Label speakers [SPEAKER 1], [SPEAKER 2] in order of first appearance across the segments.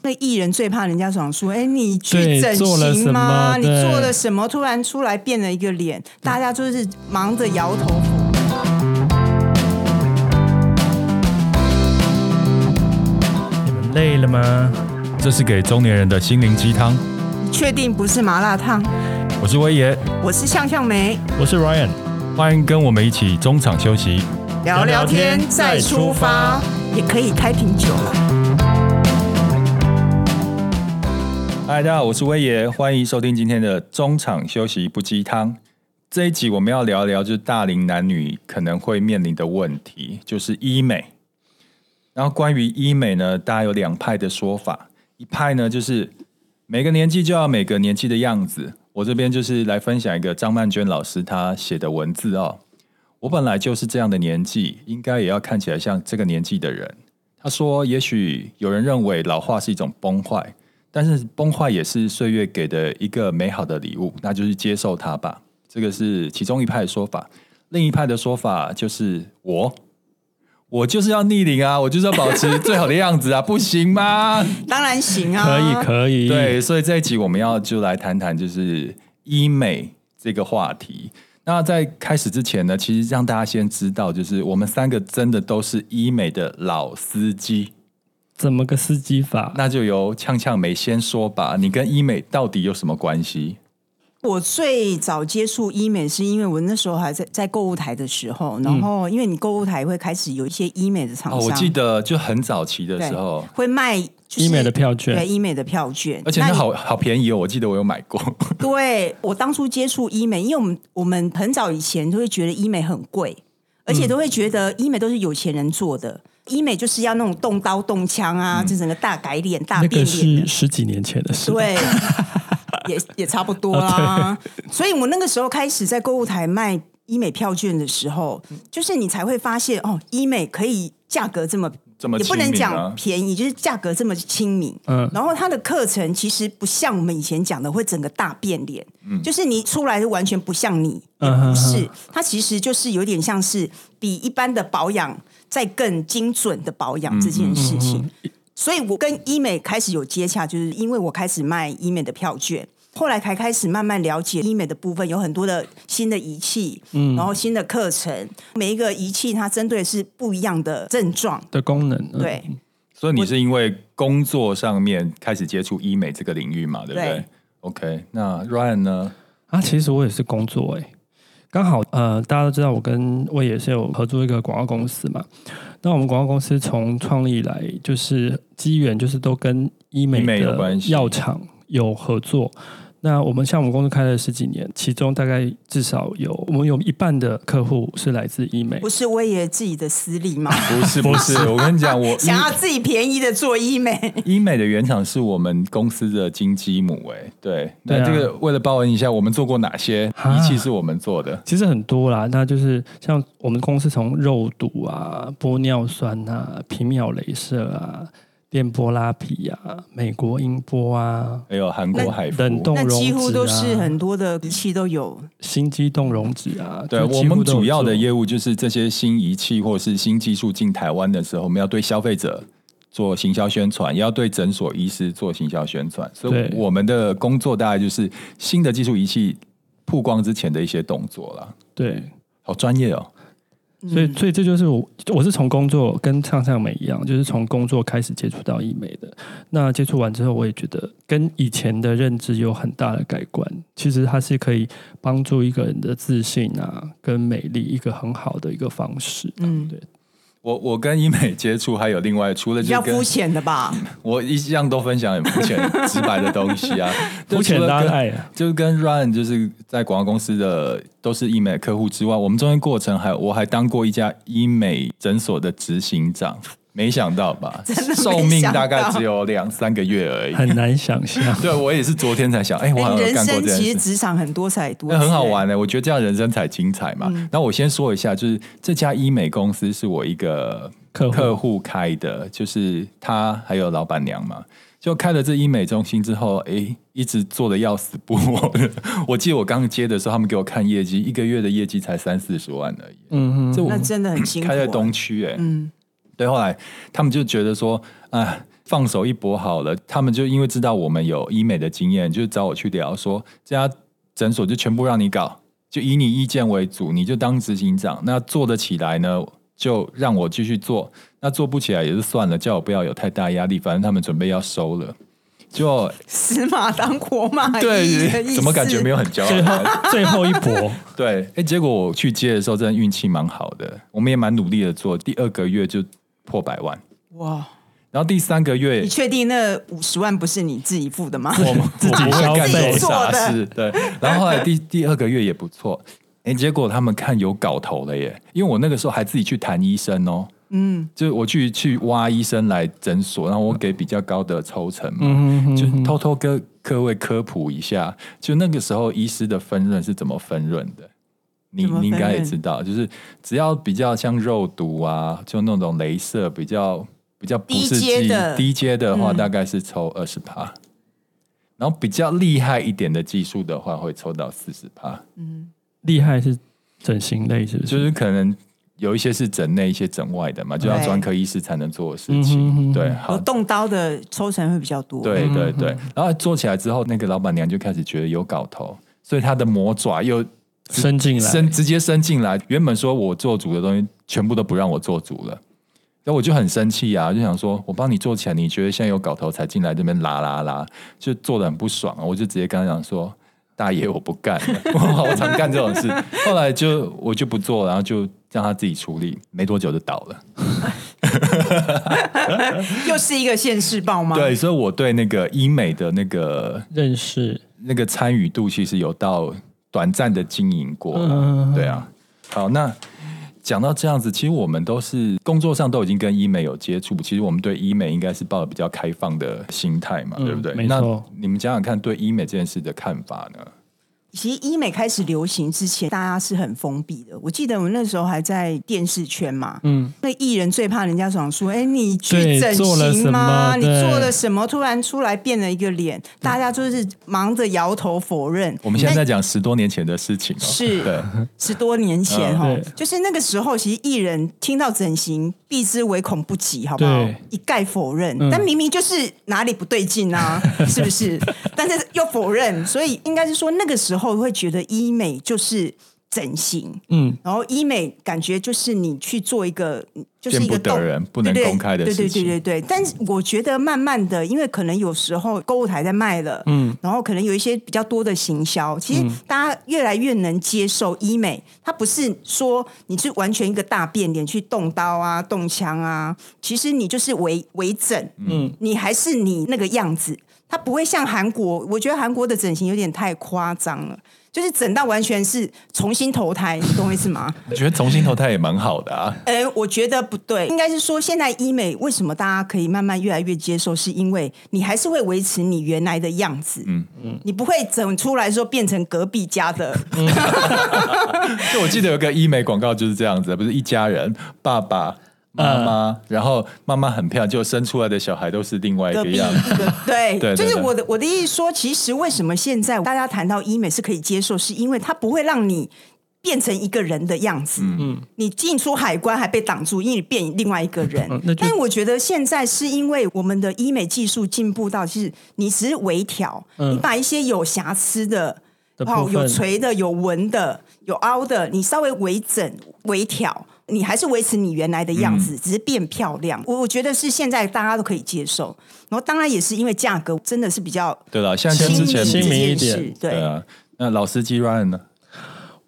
[SPEAKER 1] 那艺人最怕人家想说：“哎，你去
[SPEAKER 2] 对
[SPEAKER 1] 整
[SPEAKER 2] 做了
[SPEAKER 1] 形
[SPEAKER 2] 什
[SPEAKER 1] 吗？
[SPEAKER 2] 么
[SPEAKER 1] 你
[SPEAKER 2] 对
[SPEAKER 1] 做了什么？突然出来变了一个脸，大家就是忙着摇头。
[SPEAKER 2] 你们累了吗？
[SPEAKER 3] 这是给中年人的心灵鸡汤。
[SPEAKER 1] 确定不是麻辣烫？
[SPEAKER 3] 我是威爷，
[SPEAKER 1] 我是向向梅，
[SPEAKER 2] 我是 Ryan，
[SPEAKER 3] 欢迎跟我们一起中场休息。
[SPEAKER 1] 聊聊
[SPEAKER 2] 聊
[SPEAKER 1] 天
[SPEAKER 2] 天
[SPEAKER 1] 再
[SPEAKER 2] 再
[SPEAKER 1] 出
[SPEAKER 2] 出
[SPEAKER 1] 发
[SPEAKER 2] 发，
[SPEAKER 1] 也可以开瓶酒啊了。
[SPEAKER 3] 嗨，大家好，我是威爷，欢迎收听今天的中场休息不鸡汤。这一集我们要聊一聊，就是大龄男女可能会面临的问题，就是医美。然后关于医美呢，大家有两派的说法，一派呢就是每个年纪就要每个年纪的样子。我这边就是来分享一个张曼娟老师她写的文字哦。我本来就是这样的年纪，应该也要看起来像这个年纪的人。她说，也许有人认为老化是一种崩坏，但是崩坏也是岁月给的一个美好的礼物，那就是接受它吧。这个是其中一派的说法，另一派的说法就是我，我就是要逆龄啊，我就是要保持最好的样子啊， 不行吗？
[SPEAKER 1] 当然行啊，
[SPEAKER 2] 可以可以，
[SPEAKER 3] 对，所以这一集我们要就来谈谈就是医美这个话题。那在开始之前呢，其实让大家先知道，就是我们三个真的都是医美的老司机。
[SPEAKER 2] 怎么个司机法？
[SPEAKER 3] 那就由呛呛梅先说吧，你跟医美到底有什么关系？
[SPEAKER 1] 我最早接触医美是因为我那时候还在在购物台的时候，
[SPEAKER 2] 嗯
[SPEAKER 1] 然后因为你购物台会开始有一些医美的厂商，
[SPEAKER 3] 哦，我记得就很早期的
[SPEAKER 1] 对
[SPEAKER 3] 时候，
[SPEAKER 1] 会卖、就是
[SPEAKER 2] 医美的票券
[SPEAKER 1] 对医美的票券，
[SPEAKER 3] 而且它
[SPEAKER 1] 你
[SPEAKER 3] 好好便宜哦，我记得我有买过。
[SPEAKER 1] 对我当初接触医美，因为我们我们很早以前都会觉得医美很贵，而且都会觉得医美都是有钱人做的，医美就是要那种动刀动枪啊，这整个大改脸、大
[SPEAKER 2] 嗯那
[SPEAKER 1] 变
[SPEAKER 2] 个
[SPEAKER 1] 脸的
[SPEAKER 2] 是十几年前的哦事，
[SPEAKER 1] 对，也也差不多 啦。所以我那个时候开始在购物台卖医美票券的时候，就是你才会发现哦，医美可以价格这么。
[SPEAKER 3] 这么
[SPEAKER 1] 也不能
[SPEAKER 3] 亲民啊
[SPEAKER 1] 讲便宜，就是价格这么亲民。
[SPEAKER 2] 嗯
[SPEAKER 1] 然后它的课程其实不像我们以前讲的会整个大变脸，
[SPEAKER 3] 嗯
[SPEAKER 1] 就是你出来是完全不像你，也
[SPEAKER 2] 嗯哼
[SPEAKER 1] 不是
[SPEAKER 2] 哼，
[SPEAKER 1] 它其实就是有点像是比一般的保养再更精准的保养这件事
[SPEAKER 2] 嗯
[SPEAKER 1] 情。所以我跟医美开始有接洽，就是因为我开始卖医美的票券，后来才开始慢慢了解医美的部分，有很多的新的仪器，嗯，然后新的课程，每一个仪器它针对的是不一样的症状，
[SPEAKER 2] 的功能，嗯
[SPEAKER 1] 对，
[SPEAKER 3] 所以你是因为工作上面开始接触医美这个领域嘛，对不对
[SPEAKER 1] 对
[SPEAKER 3] o k 那 Ryan 呢？
[SPEAKER 2] 啊，其实我也是工作哎、刚好呃，大家都知道我跟魏也是有合作一个广告公司嘛。那我们广告公司从创立以来，就是机缘就是都跟医美
[SPEAKER 3] 医美有
[SPEAKER 2] 的
[SPEAKER 3] 关系
[SPEAKER 2] 药厂有合作。那我们像我们公司开了十几年，其中大概至少有我们有一半的客户是来自医美
[SPEAKER 1] 不，是威爷自己的私利 吗？
[SPEAKER 3] 不是不是，我跟你 讲，我
[SPEAKER 1] 想要自己便宜的做医美，
[SPEAKER 3] 医美的原厂是我们公司的金鸡母、哎，对，
[SPEAKER 2] 对
[SPEAKER 3] 那
[SPEAKER 2] 啊
[SPEAKER 3] 这个为了报恩一下，我们做过哪些
[SPEAKER 2] 啊
[SPEAKER 3] 仪器是我们做的？
[SPEAKER 2] 其实很多啦，那就是像我们公司从肉毒啊、玻尿酸啊、皮秒镭射啊、电波拉皮啊、美国音波啊、
[SPEAKER 3] 还有哎韩国海服，
[SPEAKER 2] 冷冻
[SPEAKER 1] 那
[SPEAKER 2] 容脂、啊、
[SPEAKER 1] 几乎都是很多的仪器都有。
[SPEAKER 2] 心肌动容脂啊。
[SPEAKER 3] 对
[SPEAKER 2] 就几
[SPEAKER 3] 我
[SPEAKER 2] 乎
[SPEAKER 3] 们
[SPEAKER 2] 都有
[SPEAKER 3] 主要的
[SPEAKER 2] 做
[SPEAKER 3] 业务就是这些新仪器或者是新技术进台湾的时候，我们要对消费者做行销宣传，也要对诊所医师做行销宣传。所以
[SPEAKER 2] 对
[SPEAKER 3] 我们的工作大概就是新的技术仪器曝光之前的一些动作啦。
[SPEAKER 2] 对，
[SPEAKER 3] 好专业哦！
[SPEAKER 1] 嗯
[SPEAKER 2] 所以所以这就是我我是从工作跟上上美一样，就是从工作开始接触到医美的。那接触完之后，我也觉得跟以前的认知有很大的改观。其实它是可以帮助一个人的自信啊，跟美丽一个很好的一个方式。
[SPEAKER 1] 嗯
[SPEAKER 2] 嗯，对，
[SPEAKER 3] 我我跟医美接触，还有另外除了
[SPEAKER 1] 比
[SPEAKER 3] 就
[SPEAKER 1] 较
[SPEAKER 3] 是跟
[SPEAKER 1] 肤浅的吧，
[SPEAKER 3] 我一向都分享很肤浅、直白的东西 啊，就
[SPEAKER 2] 肤浅
[SPEAKER 3] 除了
[SPEAKER 2] 拉
[SPEAKER 3] 跟
[SPEAKER 2] 爱啊，
[SPEAKER 3] 就是跟 Run 就是在广告公司的都是医美客户之外，我们中间过程还我还当过一家医美诊所的执行长，没想 到吧？
[SPEAKER 1] 的没想到
[SPEAKER 3] 寿命大概只有两三个月而已。。
[SPEAKER 2] 很难想象
[SPEAKER 3] 对我也是昨天才想，哎、我好像有
[SPEAKER 1] 人
[SPEAKER 3] 干过
[SPEAKER 1] 生
[SPEAKER 3] 这件
[SPEAKER 1] 其
[SPEAKER 3] 事
[SPEAKER 1] 实。职场很多彩多姿、哎
[SPEAKER 3] 那很好玩的、欸我觉得这样人生才精彩嘛。那我先说一下，就是这家医美公司是我一个
[SPEAKER 2] 客户
[SPEAKER 3] 客户开的，就是他还有老板娘嘛。就开了这医美中心之后，诶，一直做的要死不活的。 我记得我刚接的时候，他们给我看业绩，一个月的业绩才三四十万而已。
[SPEAKER 2] 嗯哼，
[SPEAKER 3] 这我
[SPEAKER 1] 那
[SPEAKER 3] 们
[SPEAKER 1] 真的很辛苦、啊
[SPEAKER 3] 欸开在东区、诶，
[SPEAKER 1] 嗯，
[SPEAKER 3] 对，后来他们就觉得说，啊，放手一搏好了。他们就因为知道我们有医美的经验，就找我去聊说这家诊所就全部让你搞，就以你意见为主，你就当执行长。那做得起来呢，就让我继续做；那做不起来也就算了，叫我不要有太大压力。反正他们准备要收了，就
[SPEAKER 1] 死马当活马医的意
[SPEAKER 3] 对，
[SPEAKER 1] 思
[SPEAKER 3] 怎么感觉没有很骄
[SPEAKER 2] 最
[SPEAKER 3] 傲
[SPEAKER 2] 后？ 最后一 搏，
[SPEAKER 3] 对，哎、结果我去接的时候，真的运气蛮好的，我们也蛮努力的做，第二个月就破百万，
[SPEAKER 1] 哇？
[SPEAKER 3] 然后第三个月
[SPEAKER 1] 你确定那五十万不是你自己付的吗？
[SPEAKER 3] 我们
[SPEAKER 2] 自己
[SPEAKER 3] 我们
[SPEAKER 2] 消
[SPEAKER 3] 干这
[SPEAKER 2] 费
[SPEAKER 3] 种傻
[SPEAKER 1] 自
[SPEAKER 3] 事，对。然后后来第 第二个月也不错，哎、结果他们看有搞头了耶，因为我那个时候还自己去谈医生哦，嗯，就是我去去挖医生来诊所，然后我给比较高的抽成嘛，
[SPEAKER 2] 嗯
[SPEAKER 3] 就偷偷跟各位科普一下，就那个时候医师的分润是怎么分润的。你
[SPEAKER 1] 怎么分
[SPEAKER 3] 你应该也
[SPEAKER 1] 润
[SPEAKER 3] 知道，就是只要比较像肉毒啊，就那种镭射比较比较不是
[SPEAKER 1] 低阶
[SPEAKER 3] 剂
[SPEAKER 1] 的
[SPEAKER 3] 低阶的
[SPEAKER 2] 嗯
[SPEAKER 3] 话，大概是抽二十趴，然后比较厉害一点的技术的话，会抽到四十趴，
[SPEAKER 2] 厉害是整形类，是不？
[SPEAKER 3] 就是是可能有一些是整内，一些整外的嘛，就要
[SPEAKER 1] 对
[SPEAKER 3] 专科医师才能做的事
[SPEAKER 2] 嗯哼
[SPEAKER 3] 情。
[SPEAKER 2] 嗯哼嗯
[SPEAKER 3] 对，啊
[SPEAKER 1] 有
[SPEAKER 3] 好，
[SPEAKER 1] 动刀的抽成会比较多。
[SPEAKER 3] 对对对，然后做起来之后，那个老板娘就开始觉得有搞头，所以她的魔爪又
[SPEAKER 2] 伸进来，
[SPEAKER 3] 伸直接伸进来。原本说我做主的东西全部都不让我做主了，然后我就很生气啊，就想说我帮你做起来，你觉得现在有搞头才进来这边拉拉拉，就做的很不爽啊。我就直接跟他讲说。大爷，我不干了， 我好常干这种事。后来就我就不做，然后就让他自己处理。没多久就倒了。
[SPEAKER 1] 又是一个现世报吗？
[SPEAKER 3] 对，所以我对那个医美的那个
[SPEAKER 2] 认识，
[SPEAKER 3] 那个参与度其实有到短暂的经营过，
[SPEAKER 2] 嗯
[SPEAKER 3] 对啊。好，那讲到这样子，其实我们都是工作上都已经跟医美有接触，其实我们对医美应该是抱着比较开放的心态嘛，
[SPEAKER 2] 嗯
[SPEAKER 3] 对不对？
[SPEAKER 2] 没
[SPEAKER 3] 那
[SPEAKER 2] 错
[SPEAKER 3] 你们想想看，对医美这件事的看法呢？
[SPEAKER 1] 其实医美开始流行之前，大家是很封闭的。我记得我那时候还在电视圈嘛，
[SPEAKER 2] 嗯，
[SPEAKER 1] 那艺人最怕人家想说：“哎，你去
[SPEAKER 2] 对
[SPEAKER 1] 整
[SPEAKER 2] 做了
[SPEAKER 1] 形
[SPEAKER 2] 什
[SPEAKER 1] 吗？
[SPEAKER 2] 么
[SPEAKER 1] 你
[SPEAKER 2] 对
[SPEAKER 1] 做了什么？突然出来变了一个脸，大家就是忙着摇头否认。”
[SPEAKER 3] 我们现在在讲十多年前的事情、哦，
[SPEAKER 1] 是
[SPEAKER 3] 对，
[SPEAKER 1] 十多年前
[SPEAKER 3] 嗯
[SPEAKER 1] 哈、
[SPEAKER 2] 对
[SPEAKER 1] 就是那个时候，其实艺人听到整形，避之唯恐不及，好不好
[SPEAKER 2] 对？
[SPEAKER 1] 一概否认、
[SPEAKER 2] 嗯
[SPEAKER 1] 但明明就是哪里不对劲啊，是不是？但是又否认，所以应该是说那个时候会觉得医美就是整形，
[SPEAKER 2] 嗯，
[SPEAKER 1] 然后医美感觉就是你去做一个，就是一
[SPEAKER 3] 见
[SPEAKER 1] 个
[SPEAKER 3] 不得
[SPEAKER 1] 动
[SPEAKER 3] 人，不能
[SPEAKER 1] 对对
[SPEAKER 3] 公开的事情。
[SPEAKER 1] 对对对对对。但是我觉得慢慢的，因为可能有时候购物台在卖了，嗯，然后可能有一些比较多的行销，其实大家越来越能接受医美，它不是说你是完全一个大变脸去动刀啊、动枪啊，其实你就是微微整，嗯，你还是你那个样子。它不会像韩国，我觉得韩国的整形有点太夸张了，就是整到完全是重新投胎，你懂我意思吗？
[SPEAKER 3] 我觉得重新投胎也蛮好的啊。
[SPEAKER 1] 呃，我觉得不对，应该是说现在医美为什么大家可以慢慢越来越接受，是因为你还是会维持你原来的样子，嗯嗯，你不会整出来说变成隔壁家的，
[SPEAKER 3] 就我记得有个医美广告就是这样子，不是一家人，爸爸。妈妈，
[SPEAKER 2] 嗯
[SPEAKER 3] 然后妈妈很漂亮，就生出来的小孩都是另外一
[SPEAKER 1] 隔
[SPEAKER 3] 个
[SPEAKER 1] 壁
[SPEAKER 3] 样子。
[SPEAKER 1] 隔 对，
[SPEAKER 3] 对对
[SPEAKER 1] 就是
[SPEAKER 3] 对
[SPEAKER 1] 我的我的意思说，其实为什么现在大家谈到医美是可以接受，是因为它不会让你。变成一个人的样子，嗯，你进出海关还被挡住，因为你变另外一个人。
[SPEAKER 2] 嗯那就
[SPEAKER 1] 但我觉得现在是因为我们的医美技术进步到，其实你只是微调，
[SPEAKER 2] 嗯
[SPEAKER 1] 你把一些有瑕疵的、
[SPEAKER 2] 的
[SPEAKER 1] 哦
[SPEAKER 2] 部，分
[SPEAKER 1] 有垂的、有纹的、有凹的，你稍微微整、微调，你还是维持你原来的
[SPEAKER 2] 嗯
[SPEAKER 1] 样子，只是变漂亮。我我觉得是现在大家都可以接受，然后当然也是因为价格真的是比较
[SPEAKER 3] 对了，像跟
[SPEAKER 1] 亲
[SPEAKER 3] 之
[SPEAKER 1] 民
[SPEAKER 3] 前
[SPEAKER 1] 这
[SPEAKER 2] 亲民一
[SPEAKER 1] 件
[SPEAKER 2] 点
[SPEAKER 1] 事，
[SPEAKER 3] 对
[SPEAKER 1] 对。
[SPEAKER 3] 啊，那老司机 Ryan 呢？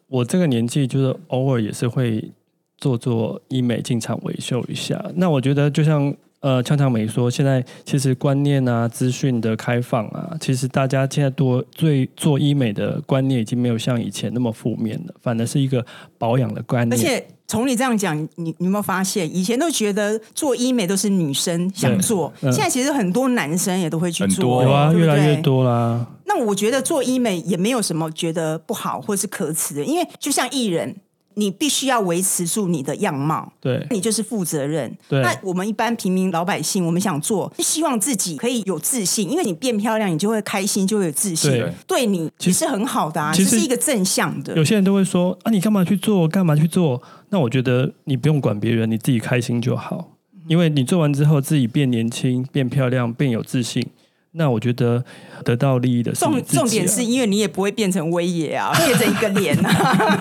[SPEAKER 2] 我这个年纪就是偶尔也是会做做医美进场维修一下。那我觉得就像呃畅畅美说，现在其实观念啊、资讯的开放啊，其实大家现在多对做医美的观念已经没有像以前那么负面了，反而是一个保养的观
[SPEAKER 1] 而
[SPEAKER 2] 念。
[SPEAKER 1] 且从你这样讲，你你有没有发现，以前都觉得做医美都是女生想做，
[SPEAKER 2] 嗯
[SPEAKER 1] 现在其实很多男生也都会去
[SPEAKER 3] 很
[SPEAKER 1] 做，
[SPEAKER 3] 多
[SPEAKER 2] 有啊，
[SPEAKER 1] 对不
[SPEAKER 2] 越来
[SPEAKER 1] 对
[SPEAKER 2] 越多啦。
[SPEAKER 1] 那我觉得做医美也没有什么觉得不好或是可耻的，因为就像艺人，你必须要维持住你的样貌。
[SPEAKER 2] 对，
[SPEAKER 1] 你就是负责任。
[SPEAKER 2] 对
[SPEAKER 1] 那我们一般平民老百姓，我们想做，希望自己可以有自信，因为你变漂亮，你就会开心，就会有自信，
[SPEAKER 2] 对
[SPEAKER 1] 对你
[SPEAKER 2] 其
[SPEAKER 1] 其
[SPEAKER 2] 实
[SPEAKER 1] 实很好的啊，
[SPEAKER 2] 其
[SPEAKER 1] 这
[SPEAKER 2] 实
[SPEAKER 1] 是一个正向的
[SPEAKER 2] 有。些人都会说啊，你干嘛去做？干嘛去做？那我觉得你不用管别人，你自己开心就好。因为你做完之后自己变年轻、变漂亮、变有自信，那我觉得得到利益的是你
[SPEAKER 1] 重
[SPEAKER 2] 自己啊
[SPEAKER 1] 重点是因为你也不会变成威爷啊， 变成一个脸啊。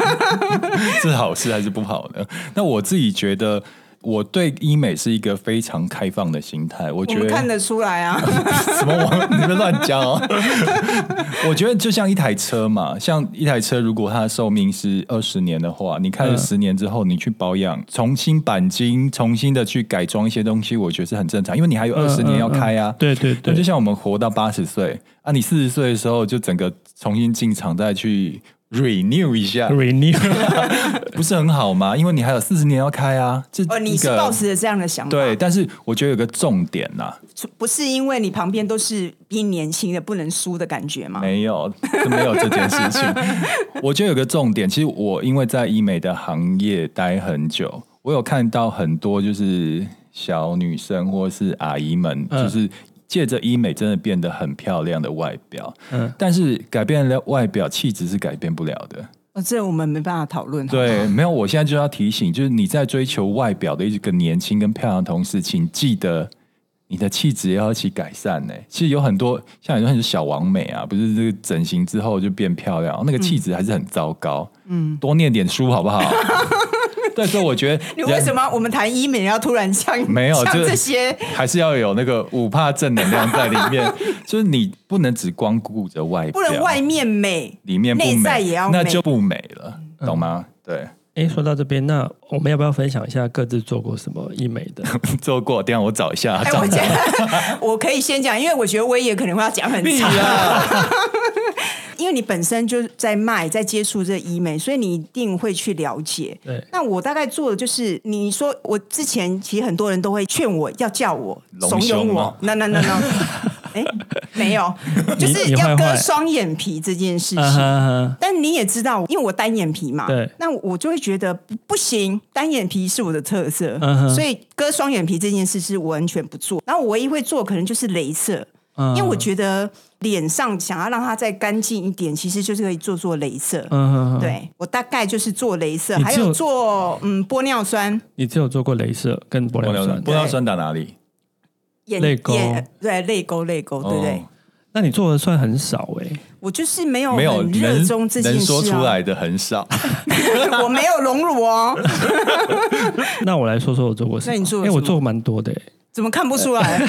[SPEAKER 3] 是好事还是不好呢？那我自己觉得，我对医美是一个非常开放的心态。我
[SPEAKER 1] 我
[SPEAKER 3] 觉
[SPEAKER 1] 们
[SPEAKER 3] 得
[SPEAKER 1] 看得出来 啊，
[SPEAKER 3] 什么我你们乱讲哦。 我觉得就像一台车嘛，像一台车，如果它的寿命是二十年的话，你开了
[SPEAKER 2] 嗯
[SPEAKER 3] 十年之后，你去保养、重新钣金、重新的去改装一些东西，我觉得是很正常，因为你还有二
[SPEAKER 1] 嗯
[SPEAKER 3] 十年要开啊。
[SPEAKER 2] 嗯对对
[SPEAKER 3] 那
[SPEAKER 2] 对，
[SPEAKER 3] 就像我们活到八十岁啊，你四十岁的时候就整个重新进场再去 renew 一 下，
[SPEAKER 2] renew
[SPEAKER 3] 不是很好吗？因为你还有四十年要开啊，这
[SPEAKER 1] 哦，你
[SPEAKER 3] 一
[SPEAKER 1] 是
[SPEAKER 3] 个
[SPEAKER 1] 抱持着这样的想法，
[SPEAKER 3] 对，，但是我觉得有个重点啊呐、
[SPEAKER 1] 不是因为你旁边都是比你年轻的不能输的感觉吗？
[SPEAKER 3] 没有，没有这件事情。我觉得有个重点，其实我因为在医美的行业待很久，我有看到很多就是小女生或是阿姨们，
[SPEAKER 2] 嗯
[SPEAKER 3] 就是借着医美真的变得很漂亮的外表，
[SPEAKER 2] 嗯
[SPEAKER 3] 但是改变了外表气质是改变不了的。
[SPEAKER 1] 哦，这我们没办法讨 论。，
[SPEAKER 3] 对，没有，我现在就要提醒，就是你在追求外表的一个年轻跟漂亮的同时，请记得你的气质也要一起改善欸呢、其实有很多像有很多小王美啊，不是这个整形之后就变漂亮，那个气质还是很糟糕。嗯，多念点书好 不好？对，所以我觉得
[SPEAKER 1] 你为
[SPEAKER 3] 人
[SPEAKER 1] 什么我们谈医美要突然像
[SPEAKER 3] 没有
[SPEAKER 1] 像
[SPEAKER 3] 这
[SPEAKER 1] 这些？
[SPEAKER 3] 还是要有那个五怕正能量在里面， 就是你不能只光顾着外表，
[SPEAKER 1] 不能外面 美，
[SPEAKER 3] 里面不美嗯
[SPEAKER 1] 内在也要美
[SPEAKER 3] 那就不美了，懂吗？对。
[SPEAKER 2] 哎，说到这边，那我们要不要分享一下各自做过什么医美 的？
[SPEAKER 3] 做过，等一下我找一下。
[SPEAKER 1] 哎，
[SPEAKER 3] 找
[SPEAKER 1] 我觉得 我可以先讲，因为我觉得我也可能会要讲很长，因为你本身就是在卖，在接触这医美，所以你一定会去了解。
[SPEAKER 2] 对，
[SPEAKER 1] 那我大概做的就是，你说我之前其实很多人都会劝我要叫我
[SPEAKER 3] 隆
[SPEAKER 1] 怂恿
[SPEAKER 3] 胸吗
[SPEAKER 1] 我，no no no no，哎，没 有，就
[SPEAKER 2] 你
[SPEAKER 1] 是
[SPEAKER 2] 你
[SPEAKER 1] 要
[SPEAKER 2] 坏坏
[SPEAKER 1] 割双眼皮这件事
[SPEAKER 2] 啊
[SPEAKER 3] 嗯
[SPEAKER 1] 情。
[SPEAKER 2] 哈
[SPEAKER 1] 但你也知道，因为我单眼皮嘛，
[SPEAKER 2] 对
[SPEAKER 1] 那我就会觉得不不行，单眼皮是我的特色，
[SPEAKER 2] 嗯哼
[SPEAKER 1] 所以割双眼皮这件事是我完全不做。然后我唯一会做可能就是镭射，
[SPEAKER 2] 哈，
[SPEAKER 1] 因为我
[SPEAKER 2] 得，
[SPEAKER 1] 觉得脸上想要让它再干净一点，其实就是可以做做镭射。
[SPEAKER 2] 嗯，嗯，
[SPEAKER 1] 对我大概就是做镭射，
[SPEAKER 2] 你只
[SPEAKER 1] 还
[SPEAKER 2] 有
[SPEAKER 1] 有做嗯玻尿酸
[SPEAKER 2] 你只有做过镭射跟玻
[SPEAKER 3] 玻
[SPEAKER 2] 尿
[SPEAKER 3] 尿酸，
[SPEAKER 2] 酸，
[SPEAKER 3] 玻尿酸打哪里？
[SPEAKER 1] 眼
[SPEAKER 2] 泪沟哦
[SPEAKER 1] 眼对泪沟泪沟，对不对？
[SPEAKER 2] 那你做的算很少哎，
[SPEAKER 1] 我就是没有
[SPEAKER 3] 哦没有
[SPEAKER 1] 很热
[SPEAKER 3] 能
[SPEAKER 1] 衷这件
[SPEAKER 3] 能
[SPEAKER 1] 事
[SPEAKER 3] 说出
[SPEAKER 1] 啊，
[SPEAKER 3] 来的很 少。
[SPEAKER 1] 我没有隆乳哦，
[SPEAKER 2] 那我来说说我做过什么？
[SPEAKER 1] 那你做了
[SPEAKER 2] 哎，
[SPEAKER 1] 什么
[SPEAKER 2] 我做过蛮多的哎。
[SPEAKER 1] 怎么看不出来？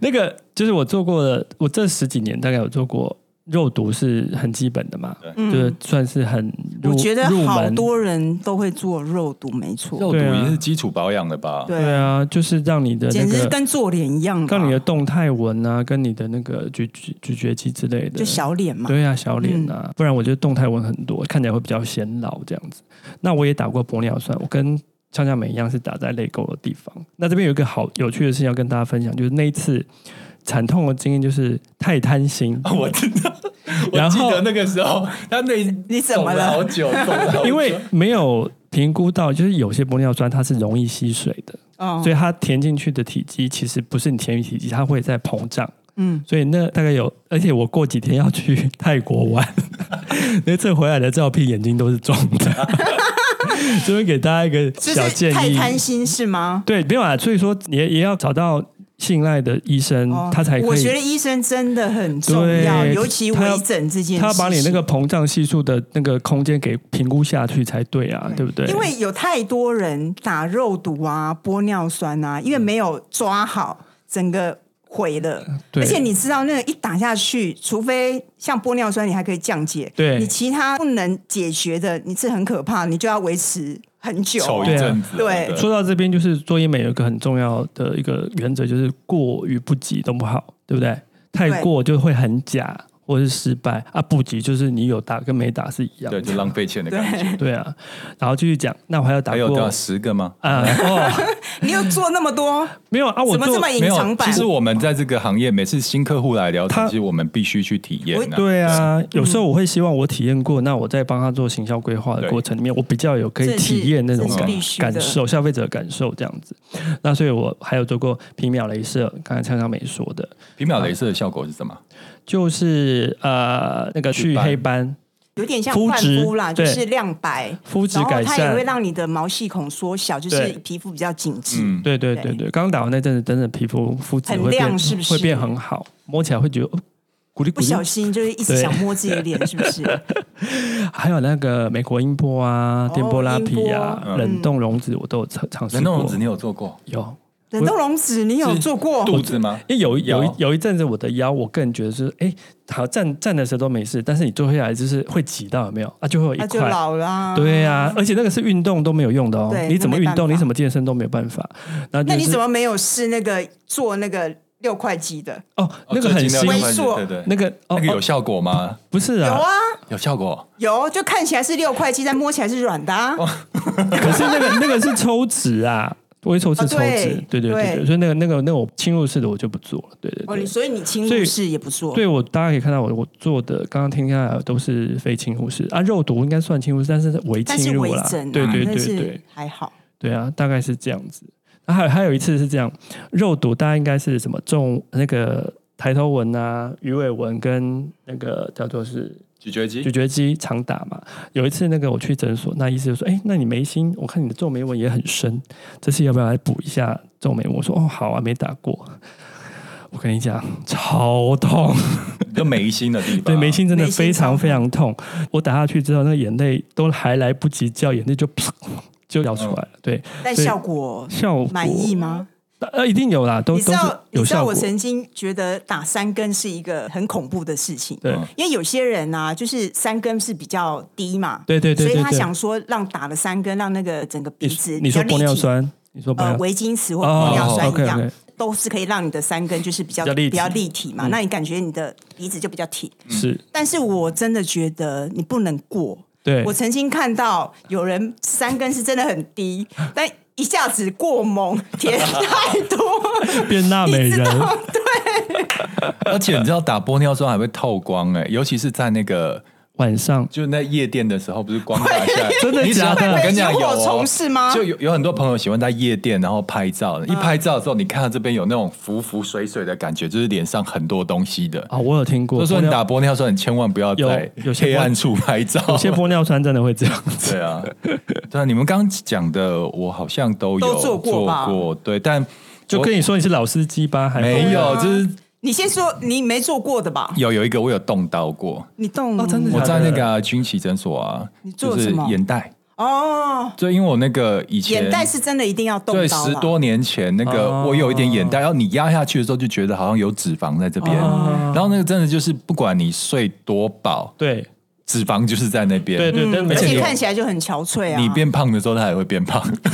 [SPEAKER 2] 那个就是我做过的，我这十几年大概有做过肉毒是很基本的嘛，就是算是很
[SPEAKER 1] 嗯
[SPEAKER 2] 入
[SPEAKER 1] 我觉得
[SPEAKER 2] 入
[SPEAKER 1] 好
[SPEAKER 2] 门。
[SPEAKER 1] 多人都会做肉毒，没错，
[SPEAKER 3] 肉毒
[SPEAKER 2] 对啊
[SPEAKER 3] 也是基础保养的吧？
[SPEAKER 1] 对
[SPEAKER 2] 对啊，就是让你的那
[SPEAKER 1] 欸简直是
[SPEAKER 2] 个
[SPEAKER 1] 跟做脸一样吧，
[SPEAKER 2] 让你的动态纹啊，跟你的那个咀咀咀嚼肌之类的，
[SPEAKER 1] 就小脸嘛。
[SPEAKER 2] 对啊，小脸啊，不然我觉得动态纹很多，看起来会比较显老这样子。那我也打过玻尿酸，我跟呛呛美一样是打在泪沟的地方。那这边有一个好有趣的事情要跟大家分享，就是那一次惨痛的经验就是太贪心，
[SPEAKER 3] 我知道，我
[SPEAKER 2] 然
[SPEAKER 3] 记
[SPEAKER 2] 后
[SPEAKER 3] 得那个时候， 他那
[SPEAKER 1] 你怎么了
[SPEAKER 3] 肿好 久，肿了好久
[SPEAKER 2] 因为没有评估到，就是有些玻尿酸它是容易吸水的，
[SPEAKER 1] 哦
[SPEAKER 2] 所，以它填进去的体积其实不是你填进体积，它会在膨胀。
[SPEAKER 1] 嗯，
[SPEAKER 2] 所以那大概有，而且我过几天要去泰国玩， 那次回来的照片眼睛都是肿 的。这边给大家一个
[SPEAKER 1] 就
[SPEAKER 2] 小建
[SPEAKER 1] 是太
[SPEAKER 2] 议，
[SPEAKER 1] 贪心是吗？
[SPEAKER 2] 对，没有啊，所以说也也要找到信赖的医生，
[SPEAKER 1] 哦
[SPEAKER 2] 嗯他才可以。
[SPEAKER 1] 我觉得医生真的很重要，
[SPEAKER 2] 对
[SPEAKER 1] 尤其
[SPEAKER 2] 他要
[SPEAKER 1] 微整这件事情，
[SPEAKER 2] 他把你那个膨胀系数的那个空间给评估下去才对啊，对不对？
[SPEAKER 1] 因为有太多人打肉毒啊、玻尿酸啊，因为没有抓好，整个毁了。
[SPEAKER 2] 对
[SPEAKER 1] 而且你知道，那个一打下去，除非像玻尿酸，你还可以降解，
[SPEAKER 2] 对
[SPEAKER 1] 你其他不能解决的，你是很可怕，你就要维持很久、
[SPEAKER 3] 丑一
[SPEAKER 2] 对啊
[SPEAKER 3] 阵子，
[SPEAKER 1] 对
[SPEAKER 2] 说到这边，就是做医美有一个很重要的一个原则，就是过于不及都不好，对不对？太过就会很假或是失败啊，不及就是你有打跟没打是一样
[SPEAKER 3] 对，
[SPEAKER 2] 的，
[SPEAKER 3] 就浪费钱的感觉。
[SPEAKER 2] 对啊。然后继续讲，那我还要打
[SPEAKER 3] 还有
[SPEAKER 2] 过
[SPEAKER 3] 多少
[SPEAKER 2] 啊、
[SPEAKER 3] 十个吗？
[SPEAKER 2] 哦，
[SPEAKER 1] 你又做那么多，
[SPEAKER 2] 没有啊，我
[SPEAKER 1] 怎么
[SPEAKER 2] 做
[SPEAKER 1] 这么隐
[SPEAKER 3] 没有
[SPEAKER 1] 藏，版
[SPEAKER 3] 其？实我们在这个行业，每次新客户来聊天，
[SPEAKER 2] 他
[SPEAKER 3] 其实我们必须去体验啊。
[SPEAKER 2] 对啊，有时候我会希望我体验过，那我在帮他做行销规划的过程里面，我比较有可以
[SPEAKER 1] 这是
[SPEAKER 2] 体验那种
[SPEAKER 1] 这是
[SPEAKER 2] 感
[SPEAKER 1] 必须的
[SPEAKER 2] 感受，消费者的感受这样子。那所以我还有做过皮秒镭射，刚才香香美说的，
[SPEAKER 3] 皮秒镭射的效果是什么？
[SPEAKER 2] 就是呃那个去黑斑，
[SPEAKER 1] 有点像
[SPEAKER 2] 肤
[SPEAKER 1] 焕
[SPEAKER 2] 质
[SPEAKER 1] 肤啦，就
[SPEAKER 2] 对
[SPEAKER 1] 是亮白，
[SPEAKER 2] 肤质
[SPEAKER 1] 然后
[SPEAKER 2] 改
[SPEAKER 1] 它也
[SPEAKER 2] 善
[SPEAKER 1] 会让你的毛细孔缩小，就是
[SPEAKER 2] 对
[SPEAKER 1] 皮肤比较紧致。
[SPEAKER 3] 嗯，
[SPEAKER 2] 对对对
[SPEAKER 1] 对
[SPEAKER 2] 对，刚打完那阵子，真的皮肤肤质
[SPEAKER 1] 很
[SPEAKER 2] 会
[SPEAKER 1] 亮
[SPEAKER 2] 变，
[SPEAKER 1] 是不是
[SPEAKER 2] 会变很好，摸起来会觉得哦咕噜
[SPEAKER 1] 不
[SPEAKER 2] 咕
[SPEAKER 1] 小
[SPEAKER 2] 噜。
[SPEAKER 1] 心就是一直
[SPEAKER 2] 对
[SPEAKER 1] 想摸自己的脸，是不是？
[SPEAKER 2] 还有那个美国音波啊、电波拉皮
[SPEAKER 1] 哦音
[SPEAKER 2] 啊、
[SPEAKER 1] 波嗯
[SPEAKER 2] 冷冻溶脂，我都有尝尝试
[SPEAKER 3] 人
[SPEAKER 2] 过。
[SPEAKER 3] 弄种子你有做过
[SPEAKER 2] 有，
[SPEAKER 1] 冷冻溶脂你有
[SPEAKER 3] 是
[SPEAKER 1] 做过？
[SPEAKER 3] 肚子吗？
[SPEAKER 2] 因为有一有一
[SPEAKER 3] 有
[SPEAKER 2] 有一阵子我的腰，我个人觉得是，哎，好站站的时候都没事，但是你坐下来就是会挤到，有没有？啊，就会有一
[SPEAKER 1] 那就
[SPEAKER 2] 块。
[SPEAKER 1] 老啦。
[SPEAKER 2] 对啊，而且那个是运动都没有用的哦
[SPEAKER 1] 对，
[SPEAKER 2] 你怎么运
[SPEAKER 1] 那没办
[SPEAKER 2] 动，
[SPEAKER 1] 法
[SPEAKER 2] 你怎么健身都没有办法。然后就
[SPEAKER 1] 那你
[SPEAKER 2] 是
[SPEAKER 1] 怎么没有试那个做那个六块肌的？
[SPEAKER 2] 哦，那个
[SPEAKER 3] 哦最
[SPEAKER 2] 很
[SPEAKER 3] 近
[SPEAKER 2] 新
[SPEAKER 3] 那，
[SPEAKER 1] 微缩
[SPEAKER 3] 对对，对
[SPEAKER 2] 那个哦
[SPEAKER 3] 那个有
[SPEAKER 2] 哦
[SPEAKER 3] 效果吗？
[SPEAKER 2] 不是
[SPEAKER 1] 有啊，
[SPEAKER 3] 有效果，
[SPEAKER 1] 有，就看起来是六块肌，但摸起来是软的啊。
[SPEAKER 2] 哦可是那个 那个是抽脂啊，微抽脂
[SPEAKER 1] 哦
[SPEAKER 2] 抽脂，对
[SPEAKER 1] 对
[SPEAKER 2] 对对对，
[SPEAKER 1] 对
[SPEAKER 2] 所以那个那个那我侵入式的我就不做了，对对
[SPEAKER 1] 哦，你
[SPEAKER 2] 对。
[SPEAKER 1] 所以你侵
[SPEAKER 2] 所以
[SPEAKER 1] 入式也不做。
[SPEAKER 2] 对我大家可以看到我我做的，刚刚听下来都是非侵入式啊，肉毒应该算侵入式，但是微
[SPEAKER 1] 但
[SPEAKER 2] 侵
[SPEAKER 1] 是
[SPEAKER 2] 入
[SPEAKER 1] 微
[SPEAKER 2] 啦，
[SPEAKER 1] 整、啊，
[SPEAKER 2] 对对
[SPEAKER 1] 但
[SPEAKER 2] 对
[SPEAKER 1] 是
[SPEAKER 2] 对
[SPEAKER 1] 还好。
[SPEAKER 2] 对啊，大概是这样子。啊还有还有一次是这样，肉毒大家应该是什么重那个抬头纹啊、鱼尾纹跟那个叫做是
[SPEAKER 3] 咀嚼肌
[SPEAKER 2] 咀嚼肌常打嘛。有一次那个我去诊所，那医师就说：“哎、那你眉心，我看你的皱眉纹也很深，这次要不要来补一下皱眉纹？”我说：“哦，好啊，没打过。”我跟你讲，超痛，
[SPEAKER 3] 就眉心的地方，啊
[SPEAKER 2] 对眉心真的
[SPEAKER 1] 眉心
[SPEAKER 2] 非常
[SPEAKER 1] 超痛
[SPEAKER 2] 非常痛。我打下去之后，那个眼泪都还来不及叫，眼泪就啪就掉出来了。对，
[SPEAKER 1] 但
[SPEAKER 2] 所以
[SPEAKER 1] 效果
[SPEAKER 2] 效果
[SPEAKER 1] 满意吗？
[SPEAKER 2] 呃，一定有啦，都
[SPEAKER 1] 你知
[SPEAKER 2] 都是
[SPEAKER 1] 道，你
[SPEAKER 2] 有
[SPEAKER 1] 知道
[SPEAKER 2] 效
[SPEAKER 1] 我
[SPEAKER 2] 果。
[SPEAKER 1] 曾经觉得打三根是一个很恐怖的事情，
[SPEAKER 2] 对
[SPEAKER 3] 嗯
[SPEAKER 1] 因为有些人啊，就是三根是比较低嘛，
[SPEAKER 2] 对对对
[SPEAKER 1] 所
[SPEAKER 2] 对
[SPEAKER 1] 以他
[SPEAKER 2] 对
[SPEAKER 1] 想。说让打了三根，让那个整个鼻
[SPEAKER 2] 你
[SPEAKER 1] 子
[SPEAKER 2] 你
[SPEAKER 1] 比较
[SPEAKER 2] 说
[SPEAKER 1] 立
[SPEAKER 2] 玻尿
[SPEAKER 1] 体
[SPEAKER 2] 酸，你说玻
[SPEAKER 1] 呃
[SPEAKER 2] 尿
[SPEAKER 1] 维金石或
[SPEAKER 2] 哦
[SPEAKER 1] 玻尿酸一样，
[SPEAKER 2] ，OK，OK
[SPEAKER 1] 都是可以让你的三根就是比较
[SPEAKER 2] 比较立体嗯
[SPEAKER 1] 立体嘛，那你感觉你的鼻子就比较挺。
[SPEAKER 2] 是
[SPEAKER 1] 但是我真的觉得你不能过，
[SPEAKER 2] 对
[SPEAKER 1] 我曾经看到有人三根是真的很 低，但一下子过猛填太 多，
[SPEAKER 2] 变娜美
[SPEAKER 1] 你知
[SPEAKER 2] 人，
[SPEAKER 1] 道
[SPEAKER 3] 而且你知道打玻尿酸还会透光哎、尤其是在那个
[SPEAKER 2] 晚上
[SPEAKER 3] 就是在夜店的时候，不是光打下来，
[SPEAKER 2] 真的
[SPEAKER 3] 你只
[SPEAKER 2] 假
[SPEAKER 3] 要
[SPEAKER 2] 的
[SPEAKER 3] 我跟你讲
[SPEAKER 1] 被
[SPEAKER 3] 有、
[SPEAKER 1] 萤火
[SPEAKER 3] 哦、
[SPEAKER 1] 虫是吗嗯
[SPEAKER 3] 就有有很多朋友喜欢在夜店然后拍照，一拍照的时候，你看到这边有那种浮浮水水的感觉，就是脸上很多东西的。
[SPEAKER 2] 啊，我有听
[SPEAKER 3] 所
[SPEAKER 2] 过
[SPEAKER 3] 以
[SPEAKER 2] 玻
[SPEAKER 3] 说你打
[SPEAKER 2] 尿
[SPEAKER 3] 玻尿酸，你千万不要
[SPEAKER 2] 有
[SPEAKER 3] 在
[SPEAKER 2] 有些
[SPEAKER 3] 黑暗处拍照。
[SPEAKER 2] 有些玻尿酸真的会这样 子。
[SPEAKER 3] 对啊，对啊，你们刚刚讲的我好像都有
[SPEAKER 1] 都做过吧
[SPEAKER 3] 过对，但
[SPEAKER 2] 就
[SPEAKER 3] 我
[SPEAKER 2] 跟你说你是老司机吧，还
[SPEAKER 3] 没有，就是
[SPEAKER 1] 你先说你没做过的吧？
[SPEAKER 3] 有有一个我有动刀过，
[SPEAKER 1] 你动
[SPEAKER 2] 哦真的
[SPEAKER 3] 我
[SPEAKER 2] 假的
[SPEAKER 3] 在那个啊军旗诊所啊，
[SPEAKER 1] 你做
[SPEAKER 3] 就是
[SPEAKER 1] 什么
[SPEAKER 3] 眼袋，
[SPEAKER 1] 哦，
[SPEAKER 3] 就因为我那个以前
[SPEAKER 1] 眼袋是真的一定要动
[SPEAKER 3] 对
[SPEAKER 1] 刀
[SPEAKER 3] 十
[SPEAKER 1] 啦
[SPEAKER 3] 多年前那个
[SPEAKER 2] 哦
[SPEAKER 3] 我有一点眼袋，然后你压下去的时候就觉得好像有脂肪在这边，
[SPEAKER 2] 哦
[SPEAKER 3] 然后那个真的就是不管你睡多饱，
[SPEAKER 2] 对
[SPEAKER 3] 脂肪就是在那边，嗯
[SPEAKER 2] 对对，但
[SPEAKER 1] 而
[SPEAKER 2] 没
[SPEAKER 1] 且
[SPEAKER 2] 有
[SPEAKER 1] 看起来就很憔悴啊。
[SPEAKER 3] 你变胖的时候，它也会变胖。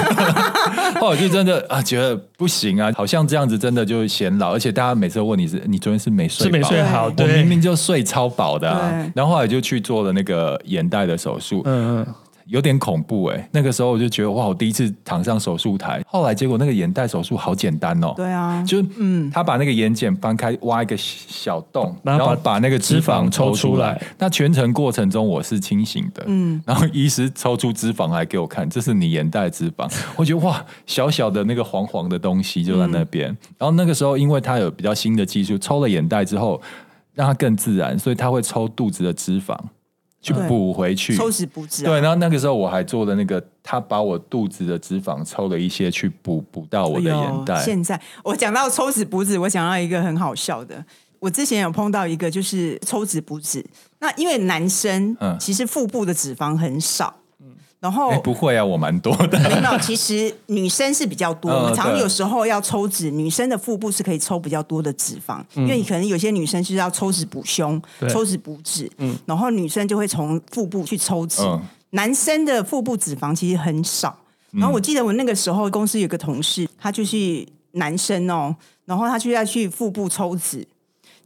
[SPEAKER 3] 后来就真的啊，觉得不行啊，好像这样子真的就显老。而且大家每次都问你是，你昨天是没睡
[SPEAKER 2] 是没
[SPEAKER 3] 饱
[SPEAKER 2] 睡好，
[SPEAKER 3] 我明
[SPEAKER 2] 对，
[SPEAKER 3] 明就睡超饱的、啊
[SPEAKER 1] 对，
[SPEAKER 3] 然后后来就去做了那个眼袋的手术，
[SPEAKER 2] 嗯嗯，
[SPEAKER 3] 有点恐怖哎、那个时候我就觉得哇，我第一次躺上手术台，后来结果那个眼袋手术好简单哦，
[SPEAKER 1] 对啊，
[SPEAKER 3] 就是嗯，他把那个眼睑翻开，挖一个小洞，
[SPEAKER 2] 然
[SPEAKER 3] 然
[SPEAKER 2] 后把
[SPEAKER 3] 后把那个脂肪抽出
[SPEAKER 2] 脂肪抽
[SPEAKER 1] 嗯
[SPEAKER 3] 来
[SPEAKER 2] 出。
[SPEAKER 3] 那全程过程中我是清醒的，嗯，然后医师抽出脂肪来给我看，这是你眼袋脂 肪。我觉得哇，小小的那个黄黄的东西就在那
[SPEAKER 1] 嗯
[SPEAKER 3] 边。然后那个时候，因为他有比较新的技术，抽了眼袋之后，让它更自然，所以他会抽肚子的脂肪去
[SPEAKER 1] 对
[SPEAKER 3] 补回去。
[SPEAKER 1] 抽脂补脂啊，
[SPEAKER 3] 对，然后那个时候我还做了那个，他把我肚子的脂肪抽了一些去补补到我的
[SPEAKER 1] 哎呦
[SPEAKER 3] 眼袋。
[SPEAKER 1] 现在我讲到抽脂补脂，我想到一个很好笑的。我之前有碰到一个就是抽脂补脂，那因为男生
[SPEAKER 3] 嗯
[SPEAKER 1] 其实腹部的脂肪很少，然后
[SPEAKER 3] 哎、不会啊，我蛮多的。
[SPEAKER 1] 没有，其实女生是比较多，
[SPEAKER 3] 嗯
[SPEAKER 1] 我们常常
[SPEAKER 3] 对
[SPEAKER 1] 有时候要抽脂，女生的腹部是可以抽比较多的脂肪，因为可能有些女生就是要抽脂补胸
[SPEAKER 2] 对、
[SPEAKER 1] 抽脂补脂，然后女生就会从腹部去抽脂。
[SPEAKER 3] 嗯
[SPEAKER 1] 男生的腹部脂肪其实很少，然后我记得我那个时候公司有个同事，他就是男生哦，然后他就要去腹部抽脂，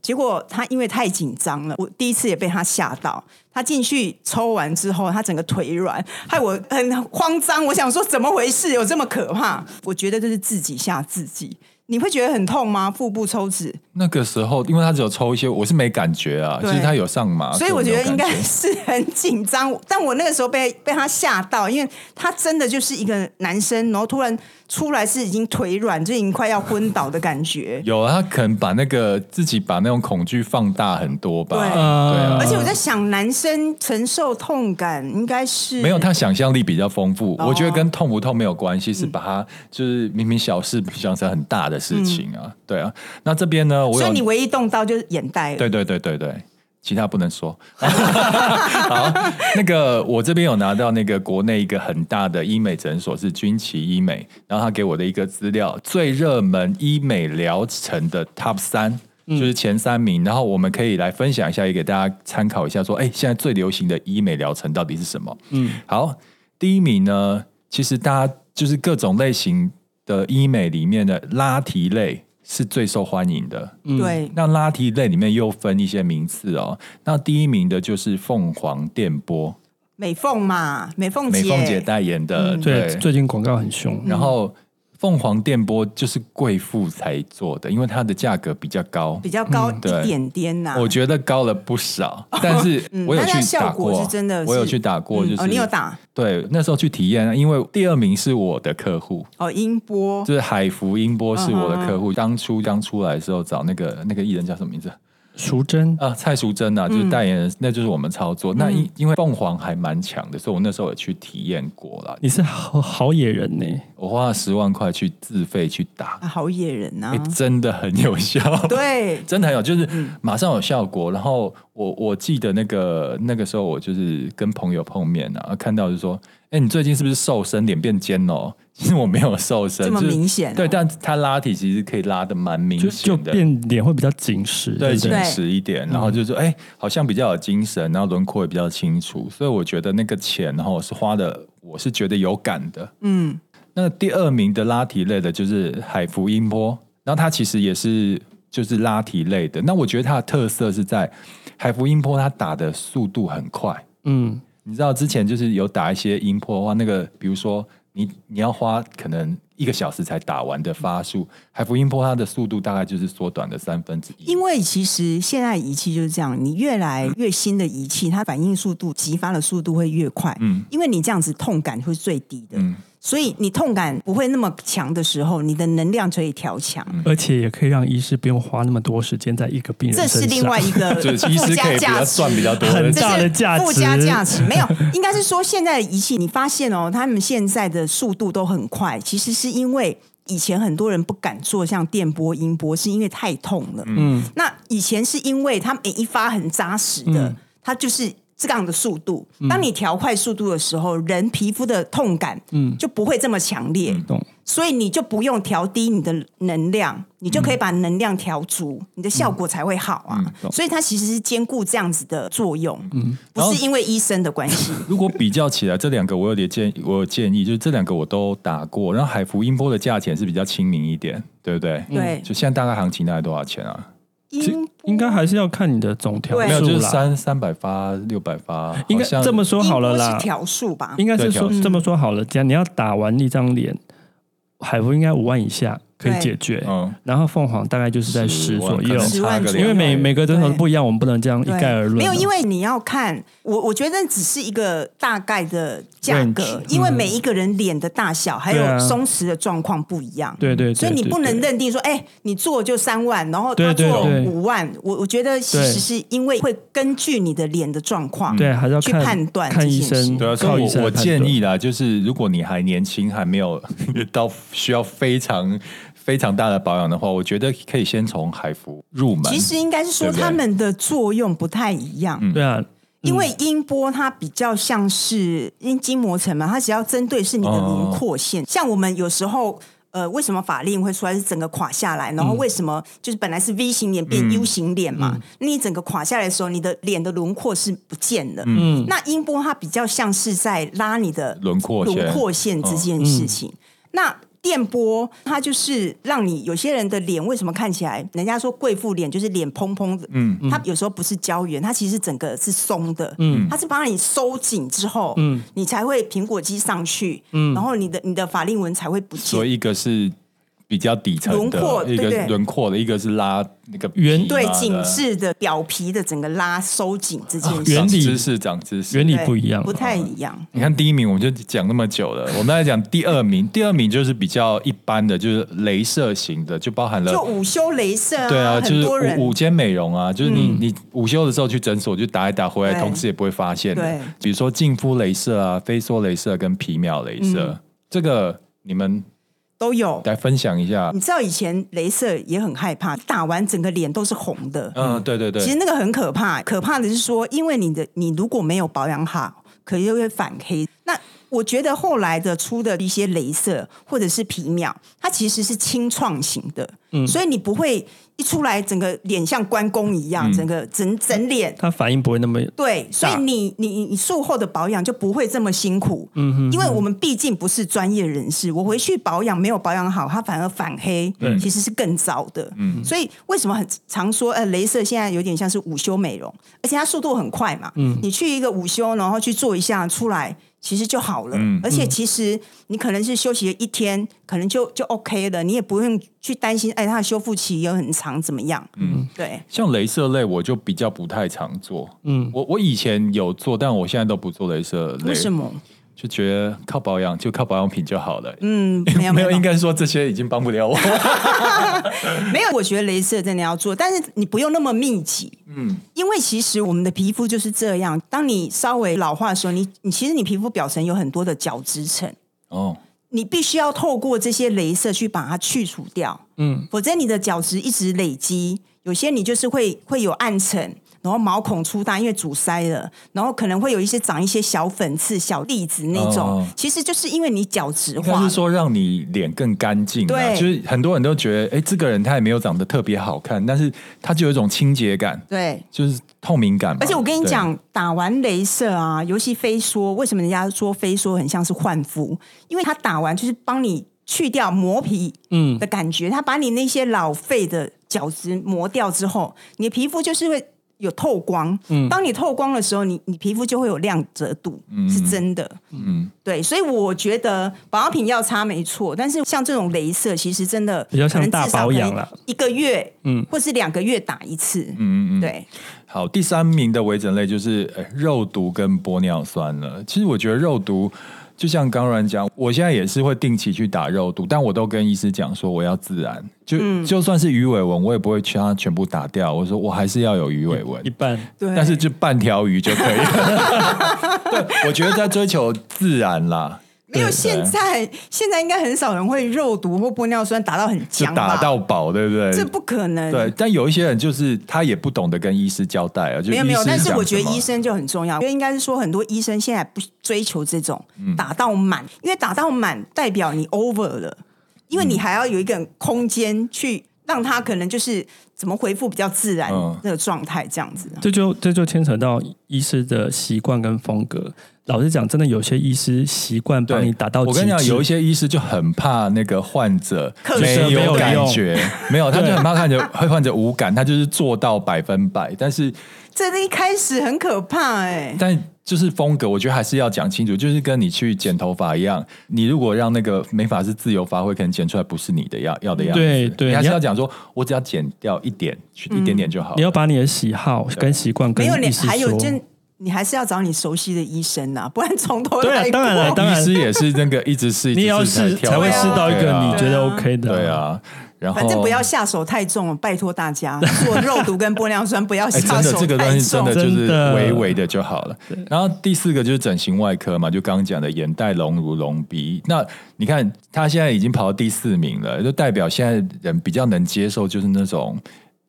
[SPEAKER 1] 结果他因为太紧张了，我第一次也被他吓到。他进去抽完之后，他整个腿软，害我很慌张。我想说怎么回事，有这么可怕？我觉得这是自己吓自己。你会觉得很痛吗？腹部抽脂，
[SPEAKER 3] 那个时候，因为他只有抽一些，我是没感觉啊。
[SPEAKER 1] 对
[SPEAKER 3] 其实他有上麻，
[SPEAKER 1] 所以我觉得
[SPEAKER 3] 没有
[SPEAKER 1] 应
[SPEAKER 3] 感
[SPEAKER 1] 该是很紧张。但我那个时候被被他吓到，因为他真的就是一个男生，然后突然出来是已经腿软，就已经快要昏倒的感觉。
[SPEAKER 3] 有啊，他可能把那个自己把那种恐惧放大很多吧。
[SPEAKER 1] 对嗯
[SPEAKER 3] 啊，
[SPEAKER 1] 而且我在想，男生承受痛感应该是
[SPEAKER 3] 没有，他想象力比较丰富。
[SPEAKER 1] 哦嗯
[SPEAKER 3] 我觉得跟痛不痛没有关系，是把它就是明明小事想成很大的事情啊。对啊，那这边呢，我
[SPEAKER 1] 嗯所以
[SPEAKER 3] 有
[SPEAKER 1] 你唯一动到就是眼袋，
[SPEAKER 3] 对对对对对，其他不能说。 好，那个我这边有拿到那个国内一个很大的医美诊所是军旗医美，然后他给我的一个资料，最热门医美疗程的 Top 三。就是前三名，然后我们可以来分享一下，也给大家参考一下，说，哎，现在最流行的医美疗程到底是什么？嗯，好，第一名呢，其实大家就是各种类型的医美里面的拉提类是最受欢迎的，
[SPEAKER 1] 对
[SPEAKER 3] 那拉提类里面又分一些名次哦。那第一名的就是凤凰电波，
[SPEAKER 1] 美凤嘛，美凤
[SPEAKER 3] 美
[SPEAKER 1] 姐，嗯
[SPEAKER 3] 凤姐代言的，
[SPEAKER 2] 对，
[SPEAKER 3] 对。
[SPEAKER 2] 最近广告很凶，
[SPEAKER 3] 然后凤凰电波就是贵妇才做的，因为它的价格比较高，
[SPEAKER 1] 比较高
[SPEAKER 3] 嗯对
[SPEAKER 1] 一点点呐、
[SPEAKER 3] 我觉得高了不少。但是我有
[SPEAKER 1] 哦嗯但它
[SPEAKER 3] 去打
[SPEAKER 1] 效果
[SPEAKER 3] 过，
[SPEAKER 1] 是真的是
[SPEAKER 3] 我有去打过，
[SPEAKER 1] 嗯
[SPEAKER 3] 就是
[SPEAKER 1] 哦，你有打
[SPEAKER 3] 对那时候去体验，因为第二名是我的客户，
[SPEAKER 1] 哦，音波
[SPEAKER 3] 就是海福音波
[SPEAKER 1] 嗯
[SPEAKER 3] 是我的客户，当初刚出来的时候找那个那个艺人叫什么名字？
[SPEAKER 2] 淑珍
[SPEAKER 3] 啊，蔡淑珍啊，
[SPEAKER 1] 嗯
[SPEAKER 3] 就是代言人，那就是我们操作。那因因为凤凰还蛮强的，所以我那时候也去体验过了。
[SPEAKER 2] 你是好好野人呢、
[SPEAKER 3] 我花了十万块去自费去打，
[SPEAKER 1] 啊，好野人呐、
[SPEAKER 3] 诶真的很有效。
[SPEAKER 1] 对， 嗯
[SPEAKER 3] 真的很有，就是马上有效果。然后我我记得那个那个时候，我就是跟朋友碰面啊，看到就说：“哎、你最近是不是瘦身，脸变尖了哦？”其实我没有瘦身，
[SPEAKER 1] 这么
[SPEAKER 3] 就是
[SPEAKER 1] 明显哦
[SPEAKER 3] 对，但他拉体其实可以拉的蛮明
[SPEAKER 2] 就
[SPEAKER 3] 显的，
[SPEAKER 2] 就变脸会比较紧实，
[SPEAKER 3] 对，
[SPEAKER 2] 不对
[SPEAKER 3] 紧实一点，然后就说，哎、好像比较有精神，然后轮廓也比较清楚，所以我觉得那个钱，然后是花的，我是觉得有感的。
[SPEAKER 1] 嗯，
[SPEAKER 3] 那第二名的拉提类的就是海福音波，然后它其实也是就是拉提类的，那我觉得它的特色是在海福音波，它打的速度很快。
[SPEAKER 2] 嗯，
[SPEAKER 3] 你知道之前就是有打一些音波的话，那个比如说你你要花可能一个小时才打完的发数，海福音波它的速度大概就是缩短了三分之一。
[SPEAKER 1] 因为其实现在仪器就是这样，你越来越新的仪器，它反应速度、激发的速度会越快，
[SPEAKER 3] 嗯
[SPEAKER 1] 因为你这样子痛感会是最低的，
[SPEAKER 3] 嗯
[SPEAKER 1] 所以你痛感不会那么强的时候，你的能量可以调强。
[SPEAKER 2] 而且也可以让医师不用花那么多时间在一个病人
[SPEAKER 1] 这
[SPEAKER 2] 身上，
[SPEAKER 1] 是另外一个
[SPEAKER 3] 就是医
[SPEAKER 1] 附
[SPEAKER 3] 师可
[SPEAKER 1] 加
[SPEAKER 3] 以比
[SPEAKER 1] 价
[SPEAKER 3] 较
[SPEAKER 1] 值，
[SPEAKER 3] 赚比较多
[SPEAKER 2] 很
[SPEAKER 3] 的
[SPEAKER 1] 这
[SPEAKER 3] 钱，
[SPEAKER 2] 大的价值
[SPEAKER 1] 是附加价 值没有，应该是说现在的仪器，你发现哦，他们现在的速度都很快，其实是因为。以前很多人不敢做像电波、音波，是因为太痛了。嗯，那以前是因为他每一发很扎实的，
[SPEAKER 2] 嗯
[SPEAKER 1] 它就是这样的速度。当你调快速度的时候，人皮肤的痛感嗯就不会这么强烈。
[SPEAKER 3] 嗯
[SPEAKER 2] 懂
[SPEAKER 1] 所以你就不用调低你的能量，你就可
[SPEAKER 2] 嗯
[SPEAKER 1] 以把能量调足，你的效果才会好啊。所以它其实是兼顾这样子的作用，
[SPEAKER 2] 嗯
[SPEAKER 1] 不
[SPEAKER 3] 然后
[SPEAKER 1] 是因为医生的关系。
[SPEAKER 3] 如果比较起来，这两个我有点建，我有建议，就是这两个我都打过，然后海福音波的价钱是比较亲民一点，对不对？
[SPEAKER 1] 对
[SPEAKER 3] 就现在大概行情大概多少钱啊？
[SPEAKER 2] 嗯其
[SPEAKER 1] 音
[SPEAKER 2] 应该还是要看你的总条
[SPEAKER 1] 对
[SPEAKER 3] 没有，就
[SPEAKER 2] 数
[SPEAKER 3] 是
[SPEAKER 2] 啦。
[SPEAKER 3] 三三百发、六百发，
[SPEAKER 2] 应该
[SPEAKER 3] 好像
[SPEAKER 2] 这么说好了
[SPEAKER 1] 音波
[SPEAKER 2] 啦
[SPEAKER 1] 是，调数吧？
[SPEAKER 2] 应该
[SPEAKER 3] 对
[SPEAKER 2] 是说
[SPEAKER 3] 调
[SPEAKER 2] 这么说好了。既然你要打完一张脸，海福应该五万以下可以
[SPEAKER 1] 对
[SPEAKER 2] 解决，
[SPEAKER 3] 嗯，
[SPEAKER 2] 然后凤凰大概就是在
[SPEAKER 3] 10
[SPEAKER 2] 十左右
[SPEAKER 3] 可能，
[SPEAKER 1] 10
[SPEAKER 3] 差个
[SPEAKER 1] 左
[SPEAKER 3] 两
[SPEAKER 2] 因为每
[SPEAKER 3] 百
[SPEAKER 2] 每个诊所
[SPEAKER 1] 对
[SPEAKER 2] 不一样，我们不能这样一
[SPEAKER 1] 对
[SPEAKER 2] 概而论啊。
[SPEAKER 1] 没有，因为你要看我，我觉得只是一个大概的价格
[SPEAKER 2] Range，嗯
[SPEAKER 1] 因为每一个人脸的大小还
[SPEAKER 2] 对啊
[SPEAKER 1] 有松弛的状况不一样。
[SPEAKER 2] 对对，啊对
[SPEAKER 1] 所以你
[SPEAKER 2] 对
[SPEAKER 1] 不能
[SPEAKER 2] 对
[SPEAKER 1] 认定说，哎、你做就三万，然后他
[SPEAKER 2] 对对
[SPEAKER 1] 做
[SPEAKER 2] 对
[SPEAKER 1] 五万。我我觉得其
[SPEAKER 2] 对
[SPEAKER 1] 实是因为会根据你的脸的状况，
[SPEAKER 2] 对，还是要
[SPEAKER 1] 去
[SPEAKER 2] 看
[SPEAKER 1] 判断
[SPEAKER 2] 看
[SPEAKER 1] 这
[SPEAKER 2] 医
[SPEAKER 1] 件事
[SPEAKER 2] 生，
[SPEAKER 3] 对啊，所
[SPEAKER 2] 靠
[SPEAKER 3] 以
[SPEAKER 2] 医生
[SPEAKER 3] 我我
[SPEAKER 2] 来判
[SPEAKER 3] 建
[SPEAKER 2] 断
[SPEAKER 3] 议啦，就是如果你还年轻，还没有 到需要非常 非常大的保养的话，我觉得可以先从海福入门。
[SPEAKER 1] 其实应该是说
[SPEAKER 3] 对不对
[SPEAKER 1] 它们的作用不太一样，
[SPEAKER 2] 对啊，
[SPEAKER 1] 因为音波它比较像是因筋膜层嘛，它只要针对是你的轮
[SPEAKER 2] 哦
[SPEAKER 1] 廓线。像我们有时候，呃，为什么法令会出来是整个垮下来，
[SPEAKER 2] 嗯
[SPEAKER 1] 然后为什么就是本来是 V 型脸变 U 型脸嘛？那你整个垮下来的时候，你的脸的轮廓是不见的。嗯，那音波它比较像是在拉你的
[SPEAKER 3] 轮廓线
[SPEAKER 1] 轮廓线这件事情。那电波它就是让你有些人的脸为什么看起来，人家说贵妇脸就是脸蓬蓬的，嗯，它有时候不是胶原，它其实整个是松的，嗯，它是把你收紧之后，嗯，你才会苹果肌上去，嗯，然后你的你的法令纹才会不
[SPEAKER 3] 所
[SPEAKER 1] 见。
[SPEAKER 3] 以一个是比较底层
[SPEAKER 1] 轮廓
[SPEAKER 3] 的一
[SPEAKER 1] 对
[SPEAKER 3] 个
[SPEAKER 1] 对
[SPEAKER 3] 轮廓的，一个是拉那个
[SPEAKER 2] 圆
[SPEAKER 3] 皮嘛
[SPEAKER 1] 对
[SPEAKER 3] 的
[SPEAKER 1] 紧致的表皮的整个拉收紧这
[SPEAKER 3] 啊
[SPEAKER 1] 件事，
[SPEAKER 2] 原
[SPEAKER 3] 长
[SPEAKER 2] 理
[SPEAKER 3] 知识长知识，
[SPEAKER 2] 原理
[SPEAKER 1] 对
[SPEAKER 2] 不一样嘛，
[SPEAKER 1] 不太一样。
[SPEAKER 3] 你看第一名我们就讲那么久了，我们来讲第二名。第二名就是比较一般的，就是镭射型的，就包含了
[SPEAKER 1] 就午休镭射
[SPEAKER 3] 对啊，就
[SPEAKER 1] 很多
[SPEAKER 3] 是
[SPEAKER 1] 人嗯
[SPEAKER 3] 午午间美容啊，就是你、你午休的时候去诊所就打一打回来，
[SPEAKER 1] 对
[SPEAKER 3] 同事也不会发现的
[SPEAKER 1] 对。
[SPEAKER 3] 比如说净肤镭射啊、飞梭镭射跟皮秒镭射，
[SPEAKER 1] 嗯
[SPEAKER 3] 这个你们
[SPEAKER 1] 都有。
[SPEAKER 3] 来分享一下。
[SPEAKER 1] 你知道以前镭射也很害怕，打完整个脸都是红的。
[SPEAKER 3] 嗯，对对
[SPEAKER 1] 其实
[SPEAKER 3] 对，
[SPEAKER 1] 那个很可怕，可怕的是说，因为你的你如果没有保养好，可能就会反黑。那我觉得后来的出的一些镭射或者是皮秒，它其实是清创型的，
[SPEAKER 3] 嗯
[SPEAKER 1] 所以你不会一出来整个脸像关公一
[SPEAKER 3] 嗯
[SPEAKER 1] 样，整个整整脸。
[SPEAKER 2] 它反应不会那么
[SPEAKER 1] 对，所以
[SPEAKER 2] 大
[SPEAKER 1] 你你你你术后的保养就不会这么辛苦，因为我们毕竟不是专业人士，我回去保养没有保养好，它反而反黑，其实是更糟的，所以为什么很常说，呃，镭射现在有点像是午休美容，而且它速度很快嘛，你去一个午休，然后去做一下出来。其实就好了，而且其实你可能是休息了一天，可能就就 OK 了，你也不用去担心，哎，它的修复期也很长，怎么样？嗯，对，
[SPEAKER 3] 像镭射类我就比较不太常做。嗯，我我以前有做，但我现在都不做镭射类，
[SPEAKER 1] 为什么？
[SPEAKER 3] 就觉得靠保养就靠保养品就好了。
[SPEAKER 1] 嗯，没有
[SPEAKER 3] 没
[SPEAKER 1] 没
[SPEAKER 3] 有，
[SPEAKER 1] 有，
[SPEAKER 3] 应该说这些已经帮不 了我。
[SPEAKER 1] 没有，我觉得镭射真的要做，但是你不用那么密集。嗯，因为其实我们的皮肤就是这样，当你稍微老化的时候，你你其实你皮肤表层有很多的角质层，
[SPEAKER 3] 哦，
[SPEAKER 1] 你必须要透过这些镭射去把它去除掉。嗯，否则你的角质一直累积，有些你就是会会有暗沉。然后毛孔粗大，因为阻塞了，然后可能会有一些长一些小粉刺、小粒子那种，
[SPEAKER 3] 哦
[SPEAKER 1] 其实就是因为你角质
[SPEAKER 3] 应该
[SPEAKER 1] 化
[SPEAKER 3] 是
[SPEAKER 1] 了。
[SPEAKER 3] 说让你脸更干净、啊。
[SPEAKER 1] 对
[SPEAKER 3] 就是很多人都觉得，哎、这个人他也没有长得特别好看，但是他就有一种清洁感，
[SPEAKER 1] 对，
[SPEAKER 3] 就是透明感嘛。
[SPEAKER 1] 而且我跟你讲，打完镭射啊，尤其飞梭，为什么人家说飞梭很像是换肤？因为它打完就是帮你去掉磨皮，嗯的感觉，它把你那些老废的角质磨掉之后，你的皮肤就是会有透光。嗯，当你透光的时候，你你皮肤就会有亮泽度，是真的。嗯，对，所以我觉得保养品要擦没错，但是像这种镭射，其实真的
[SPEAKER 2] 比较像
[SPEAKER 1] 可能至少
[SPEAKER 2] 大保养
[SPEAKER 1] 可能
[SPEAKER 2] 啦
[SPEAKER 1] 一个月，嗯，或是两个月打一次。嗯嗯嗯，对。
[SPEAKER 3] 对好，第三名的微整类就是、哎肉毒跟玻尿酸了。其实我觉得肉毒。就像刚然讲，我现在也是会定期去打肉毒，但我都跟医师讲说我要自然，就、
[SPEAKER 1] 嗯
[SPEAKER 3] 就算是鱼尾纹，我也不会去它全部打掉。我说我还是要有鱼尾纹
[SPEAKER 2] 一，半。
[SPEAKER 1] 对
[SPEAKER 3] 但是就半条鱼就可以了。 对，我觉得在追求自然啦，
[SPEAKER 1] 没有，
[SPEAKER 3] 对
[SPEAKER 1] 现在现在应该很少人会肉毒或玻尿酸打到很
[SPEAKER 3] 就
[SPEAKER 1] 僵吧？
[SPEAKER 3] 打到饱，对不对？
[SPEAKER 1] 这不可能。
[SPEAKER 3] 对，但有一些人就是他也不懂得跟医师交代啊，就
[SPEAKER 1] 没有没有
[SPEAKER 3] 医，师
[SPEAKER 1] 但是
[SPEAKER 3] 讲
[SPEAKER 1] 我觉
[SPEAKER 3] 什
[SPEAKER 1] 得
[SPEAKER 3] 么
[SPEAKER 1] 医生就很重要，因为应该是说很多医生现在不追求这种
[SPEAKER 3] 嗯
[SPEAKER 1] 打到满，因为打到满代表你 over 了，因为你还要有一个空间去让他可能就是怎么回复比较自然
[SPEAKER 3] 嗯
[SPEAKER 1] 那个状态这样子。啊
[SPEAKER 2] 这就这就牵扯到医师的习惯跟风格。老实讲，真的有些医师习惯
[SPEAKER 3] 对
[SPEAKER 2] 帮你打到极
[SPEAKER 3] 我
[SPEAKER 2] 致。
[SPEAKER 3] 跟你讲，有一些医师就很怕那个患者
[SPEAKER 1] 克制
[SPEAKER 3] 没
[SPEAKER 2] 没有
[SPEAKER 3] 感
[SPEAKER 2] 用
[SPEAKER 3] 觉， 没有，他就很怕患者 会患者无感，他就是做到百分百，但是
[SPEAKER 1] 这一开始很可怕哎、
[SPEAKER 3] 但就是风格，我觉得还是要讲清楚，就是跟你去剪头发一样，你如果让那个美发师自由发挥，可能剪出来不是你的要要的样子。
[SPEAKER 2] 对对
[SPEAKER 3] 你还是
[SPEAKER 2] 你要
[SPEAKER 3] 要讲说，我只要剪掉一点，去一点点就好
[SPEAKER 2] 你
[SPEAKER 3] 了。
[SPEAKER 2] 要把你的喜好跟习惯跟
[SPEAKER 1] 没有你
[SPEAKER 2] 医师
[SPEAKER 1] 还有
[SPEAKER 2] 说。
[SPEAKER 1] 真，你还是要找你熟悉的医生呐、不然从头
[SPEAKER 2] 对啊
[SPEAKER 1] 来
[SPEAKER 2] 当然
[SPEAKER 1] 过
[SPEAKER 2] 了当然
[SPEAKER 3] 医师也是那个一直试，
[SPEAKER 2] 你也要
[SPEAKER 3] 一直
[SPEAKER 2] 试
[SPEAKER 3] 挑
[SPEAKER 2] 才会
[SPEAKER 3] 啊
[SPEAKER 2] 试到一
[SPEAKER 3] 对
[SPEAKER 2] 个
[SPEAKER 3] 啊
[SPEAKER 2] 你觉得 OK 的。
[SPEAKER 3] 对，啊，然后
[SPEAKER 1] 反正不要下手太重了，拜托大 家，做肉毒跟玻尿酸不要
[SPEAKER 3] 哎，真
[SPEAKER 1] 下
[SPEAKER 3] 的
[SPEAKER 1] 手
[SPEAKER 3] 这个东
[SPEAKER 1] 太
[SPEAKER 3] 西
[SPEAKER 1] 重
[SPEAKER 3] 真的。
[SPEAKER 2] 真
[SPEAKER 3] 就是
[SPEAKER 2] 的
[SPEAKER 3] 微微的就好了。然后第四个就是整形外科嘛，就刚刚讲的眼袋、隆乳、隆鼻。那你看他现在已经跑到第四名了，就代表现在人比较能接受就是那种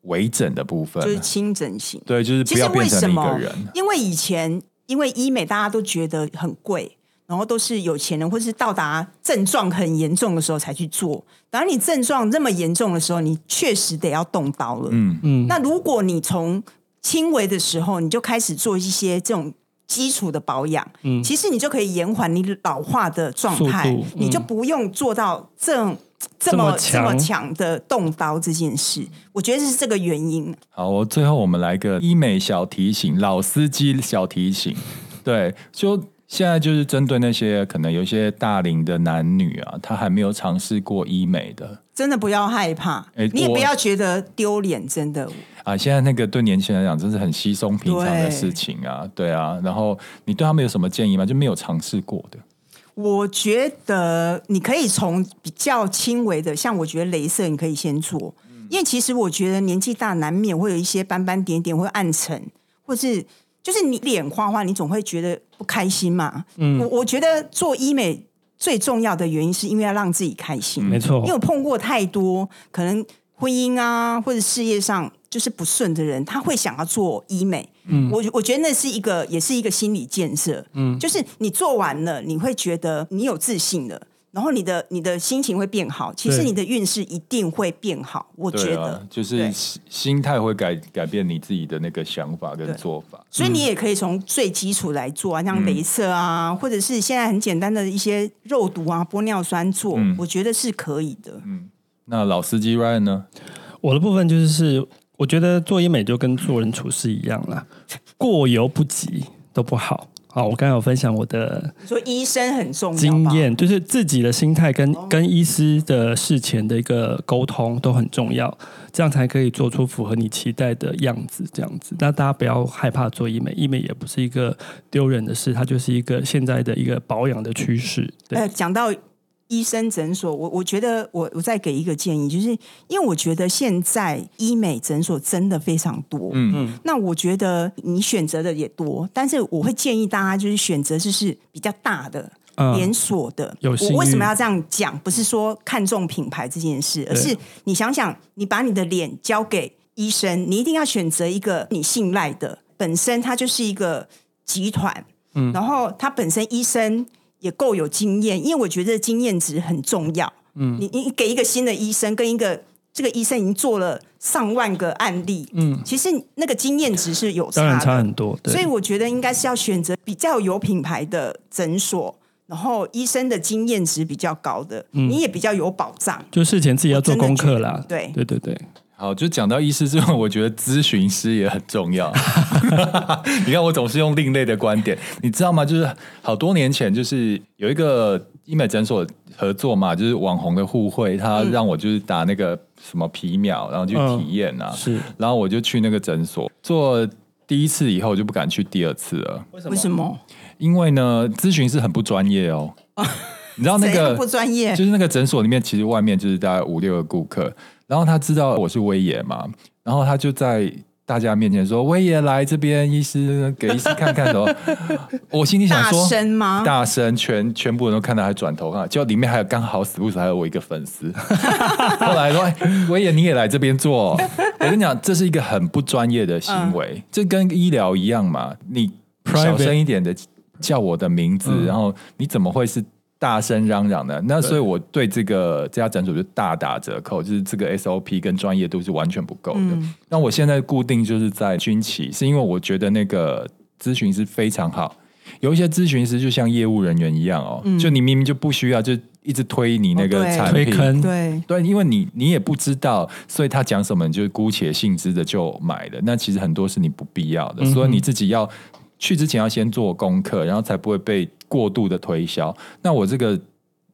[SPEAKER 3] 微整的部分
[SPEAKER 1] 就。是轻整型。
[SPEAKER 3] 对，就是
[SPEAKER 1] 其
[SPEAKER 3] 不
[SPEAKER 1] 实
[SPEAKER 3] 要变
[SPEAKER 1] 为什
[SPEAKER 3] 成一
[SPEAKER 1] 么
[SPEAKER 3] 个人。？
[SPEAKER 1] 因为以前因为医美大家都觉得很贵，然后都是有钱人或是到达症状很严重的时候才去做。当你症状那么严重的时候，你确实得要动刀了。
[SPEAKER 3] 嗯
[SPEAKER 1] 嗯，那如果你从轻微的时候你就开始做一些这种。基础的保养，嗯，其实你就可以延缓你老化的状态，
[SPEAKER 2] 速度嗯
[SPEAKER 1] 你就不用做到这种这
[SPEAKER 2] 这么
[SPEAKER 1] 么这么
[SPEAKER 2] 强
[SPEAKER 1] 强的动刀这件事。我觉得是这个原因。
[SPEAKER 3] 好，我最后我们来个医美小提醒，老司机小提醒。对，就现在就是针对那些可能有一些大龄的男女啊，他还没有尝试过医美的
[SPEAKER 1] 真的不要害怕，
[SPEAKER 3] 哎
[SPEAKER 1] 你也
[SPEAKER 3] 我
[SPEAKER 1] 不要觉得丢脸，真的。
[SPEAKER 3] 啊，现在那个对年轻人来讲，真是很稀松平常的
[SPEAKER 1] 对
[SPEAKER 3] 事情啊，对啊。然后你对他们有什么建议吗？就没有尝试过的，
[SPEAKER 1] 我觉得你可以从比较轻微的，像我觉得镭射，你可以先做，
[SPEAKER 3] 嗯
[SPEAKER 1] 因为其实我觉得年纪大难免会有一些斑斑点点，会暗沉，或是就是你脸花花，你总会觉得不开心嘛。嗯，我我觉得做医美最重要的原因是因为要让自己开心，
[SPEAKER 2] 没错
[SPEAKER 1] 因为，我碰过太多可能婚姻啊或者事业上就是不顺的人，他会想要做医美。嗯，我我觉得那是一个也是一个心理建设。嗯，就是你做完了，你会觉得你有自信了。然后你的你的心情会变好，其实
[SPEAKER 2] 对
[SPEAKER 1] 你的运势一定会变好，我觉
[SPEAKER 3] 对
[SPEAKER 1] 得。
[SPEAKER 3] 啊，就是
[SPEAKER 1] 对
[SPEAKER 3] 心心态会改改变你自己的那个想法跟做法。
[SPEAKER 1] 所以你也可以从最基础来做啊，
[SPEAKER 2] 嗯
[SPEAKER 1] 像镭射啊，或者是现在很简单的一些肉毒啊、玻尿酸做，
[SPEAKER 2] 嗯
[SPEAKER 1] 我觉得是可以的。
[SPEAKER 3] 嗯那老司机 Ryan 呢？
[SPEAKER 2] 我的部分就是，我觉得做医美就跟做人处事一样啦，过犹不及都不好。好，我刚才有分享我的
[SPEAKER 1] 你说医生很重要，哦
[SPEAKER 2] 经，验，就是自己的心态跟跟医师的事前的一个沟通都很重要，这样才可以做出符合你期待的样子。这样子，那大家不要害怕做医美，医美也不是一个丢人的事，它就是一个现在的一个保养的趋势。对，
[SPEAKER 1] 呃，讲到医生诊所，我我觉得我我再给一个建议，就是因为我觉得现在医美诊所真的非常多，嗯嗯，那我觉得你选择的也多，但是我会建议大家就是选择就是比较大呃的。
[SPEAKER 2] 嗯
[SPEAKER 1] 连锁的，
[SPEAKER 2] 有信誉
[SPEAKER 1] 我为什么要这样讲？不是说看重品牌这件事，而是你想想，你把你的脸交给医生，你一定要选择一个你信赖的，本身它就是一个集团，
[SPEAKER 2] 嗯
[SPEAKER 1] 然后他本身医生也够有经验，因为我觉得经验值很重要。嗯，你你给一个新的医生跟一个这个医生已经做了上万个案例，嗯，其实那个经验值是有
[SPEAKER 2] 当然
[SPEAKER 1] 差
[SPEAKER 2] 差
[SPEAKER 1] 的，
[SPEAKER 2] 很多。对
[SPEAKER 1] 所以我觉得应该是要选择比较有品牌的诊所，然后医生的经验值比较高的，
[SPEAKER 3] 嗯
[SPEAKER 1] 你也比较有保障。
[SPEAKER 2] 就事前自己要做
[SPEAKER 1] 我真
[SPEAKER 2] 功
[SPEAKER 1] 的
[SPEAKER 2] 课啦。
[SPEAKER 1] 觉得对
[SPEAKER 2] 对对对，
[SPEAKER 3] 好，就讲到医师之后，我觉得咨询师也很 重要。你看，我总是用另类的观点，你知道吗？就是好多年前，就是有一个医美诊所合作嘛，就是网红的互惠，他
[SPEAKER 1] 嗯
[SPEAKER 3] 让我就是打那个什么皮秒，然后去
[SPEAKER 2] 嗯
[SPEAKER 3] 体验啊，
[SPEAKER 2] 是
[SPEAKER 3] 然后我就去那个诊所做第一次以后，我就不敢去第二次了。
[SPEAKER 1] 为什么？
[SPEAKER 3] 因为呢，咨询是很不专 业哦。你知道那
[SPEAKER 1] 怎样
[SPEAKER 3] 个
[SPEAKER 1] 不专业
[SPEAKER 3] 就是那个诊所里面，其实外面就是大概五六个顾客，然后他知道我是威爷嘛，然后他就在大家面前说：“威爷来这边，医师给医师看看。”然后我心里想
[SPEAKER 1] 大
[SPEAKER 3] 说：“
[SPEAKER 1] 声吗？
[SPEAKER 3] 大声，全全部人都看到，还转头看，就里面还有刚好死不死还有我一个粉丝。 后来说，哎维也你也来这边做哦、我跟你讲，这是一个很不专业的行为，这跟医疗一样嘛。你
[SPEAKER 2] Private
[SPEAKER 3] 小声一点的叫我的名字，然后你怎么会是？大声嚷嚷的，那所以我对这个这家诊所就大打折扣，就是这个 SOP 跟专业度是完全不够的。
[SPEAKER 1] 嗯
[SPEAKER 3] 那我现在固定就是在军旗，是因为我觉得那个咨询师非常好，有一些咨询师就像业务人员一样哦，就你明明就不需要，就一直推你那
[SPEAKER 1] 嗯哦
[SPEAKER 3] 个
[SPEAKER 1] 对
[SPEAKER 3] 产
[SPEAKER 2] 推
[SPEAKER 3] 品。
[SPEAKER 2] 坑。
[SPEAKER 1] 对，
[SPEAKER 3] 对，因为你你也不知道，所以他讲什么你就姑且信之的就买了。那其实很多是你不必要
[SPEAKER 1] 嗯
[SPEAKER 3] 的，所以你自己要去之前要先做功课，然后才不会被过度的推销。那我这个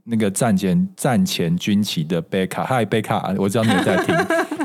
[SPEAKER 3] 那个战前战前军旗的贝卡，嗨贝卡，我知道你有在 听，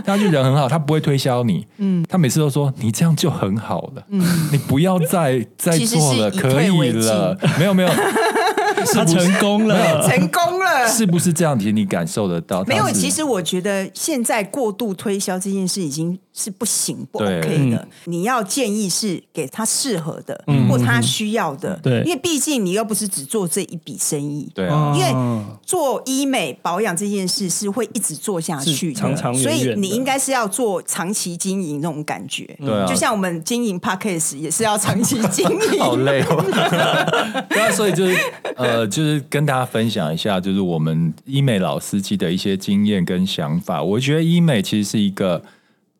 [SPEAKER 3] 他就人很好，他不会推销你，嗯，他每次都说你这样就很好了，嗯，你不要再再
[SPEAKER 1] 其实
[SPEAKER 3] 做
[SPEAKER 1] 是
[SPEAKER 3] 了，
[SPEAKER 1] 以
[SPEAKER 3] 可
[SPEAKER 1] 退
[SPEAKER 3] 以
[SPEAKER 1] 为进
[SPEAKER 3] 了，没有没 有，
[SPEAKER 2] 他成功了，
[SPEAKER 1] 成功了。
[SPEAKER 3] 是啊不是这样？其实你感受得到，
[SPEAKER 1] 没有
[SPEAKER 3] 他，是
[SPEAKER 1] 其实我觉得现在过度推销这件事已经是不行、不
[SPEAKER 3] 对嗯
[SPEAKER 1] OK 的。你要建议是给他适合的，或他需要的。
[SPEAKER 2] 对
[SPEAKER 1] 因为毕竟你又不是只做这一笔生意，
[SPEAKER 3] 对啊，
[SPEAKER 1] 因为
[SPEAKER 2] 哦
[SPEAKER 1] 做医美保养这件事是会一直做下去的，
[SPEAKER 2] 是长长远
[SPEAKER 1] 所
[SPEAKER 2] 远的
[SPEAKER 1] 以你应该是要做长期经营那种感觉。
[SPEAKER 3] 对啊
[SPEAKER 1] 就像我们经营 podcast 也是要长期经
[SPEAKER 3] 好
[SPEAKER 1] 营。
[SPEAKER 3] 累哦。 对啊，所以就是呃，就是跟大家分享一下，就是我们医美老司机的一些经验跟想法。我觉得医美其实是一个。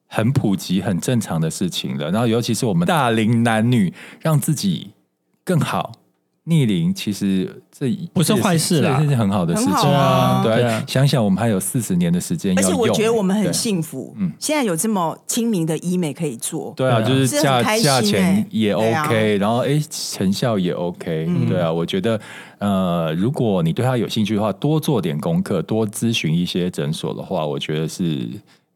[SPEAKER 3] 很普及、很正常的事情了。然后，尤其是我们大龄男女，让自己更好，逆龄其实这
[SPEAKER 2] 不是坏事啦
[SPEAKER 3] 这是很好的事情。
[SPEAKER 1] 很好啊
[SPEAKER 3] 对，
[SPEAKER 2] 对啊
[SPEAKER 3] 想想我们还有四十年的时间要
[SPEAKER 1] 而
[SPEAKER 3] 用，
[SPEAKER 1] 且我觉得我们
[SPEAKER 3] 对
[SPEAKER 1] 很幸福，
[SPEAKER 3] 嗯
[SPEAKER 1] 现在有这么亲民的医美可以做，
[SPEAKER 3] 对啊，
[SPEAKER 2] 对啊
[SPEAKER 3] 就是
[SPEAKER 1] 这很
[SPEAKER 3] 价
[SPEAKER 1] 开心
[SPEAKER 3] 价钱
[SPEAKER 1] 欸
[SPEAKER 3] 也
[SPEAKER 1] 对啊嗯
[SPEAKER 3] OK，、然后哎成效也 OK，、对啊，我觉得呃，如果你对他有兴趣的话，多做点功课，多咨询一些诊所的话，我觉得是。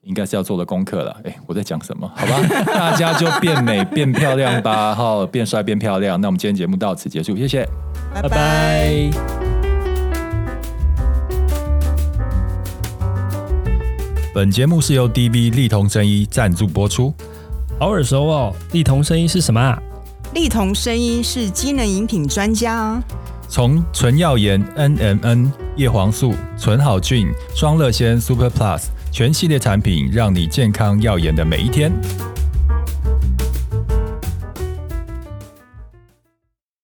[SPEAKER 3] 应该是要做的功课了。哎、我在讲什么？好吧，大家就变美、变漂亮吧， 哈，变帅、变漂亮。那我们今天节目到此结束，谢谢。
[SPEAKER 1] 拜
[SPEAKER 2] 拜
[SPEAKER 1] 拜。
[SPEAKER 2] 拜。
[SPEAKER 3] 本节目是由 DB 力同生医赞助播出。
[SPEAKER 2] 偶尔说哦，力同声音是什么啊？
[SPEAKER 1] 丽彤声音是机能饮品专家啊，
[SPEAKER 3] 从纯耀颜 NMN、叶黄素、纯好菌、双乐仙 Super Plus 全系列产品，让你健康耀眼的每一天。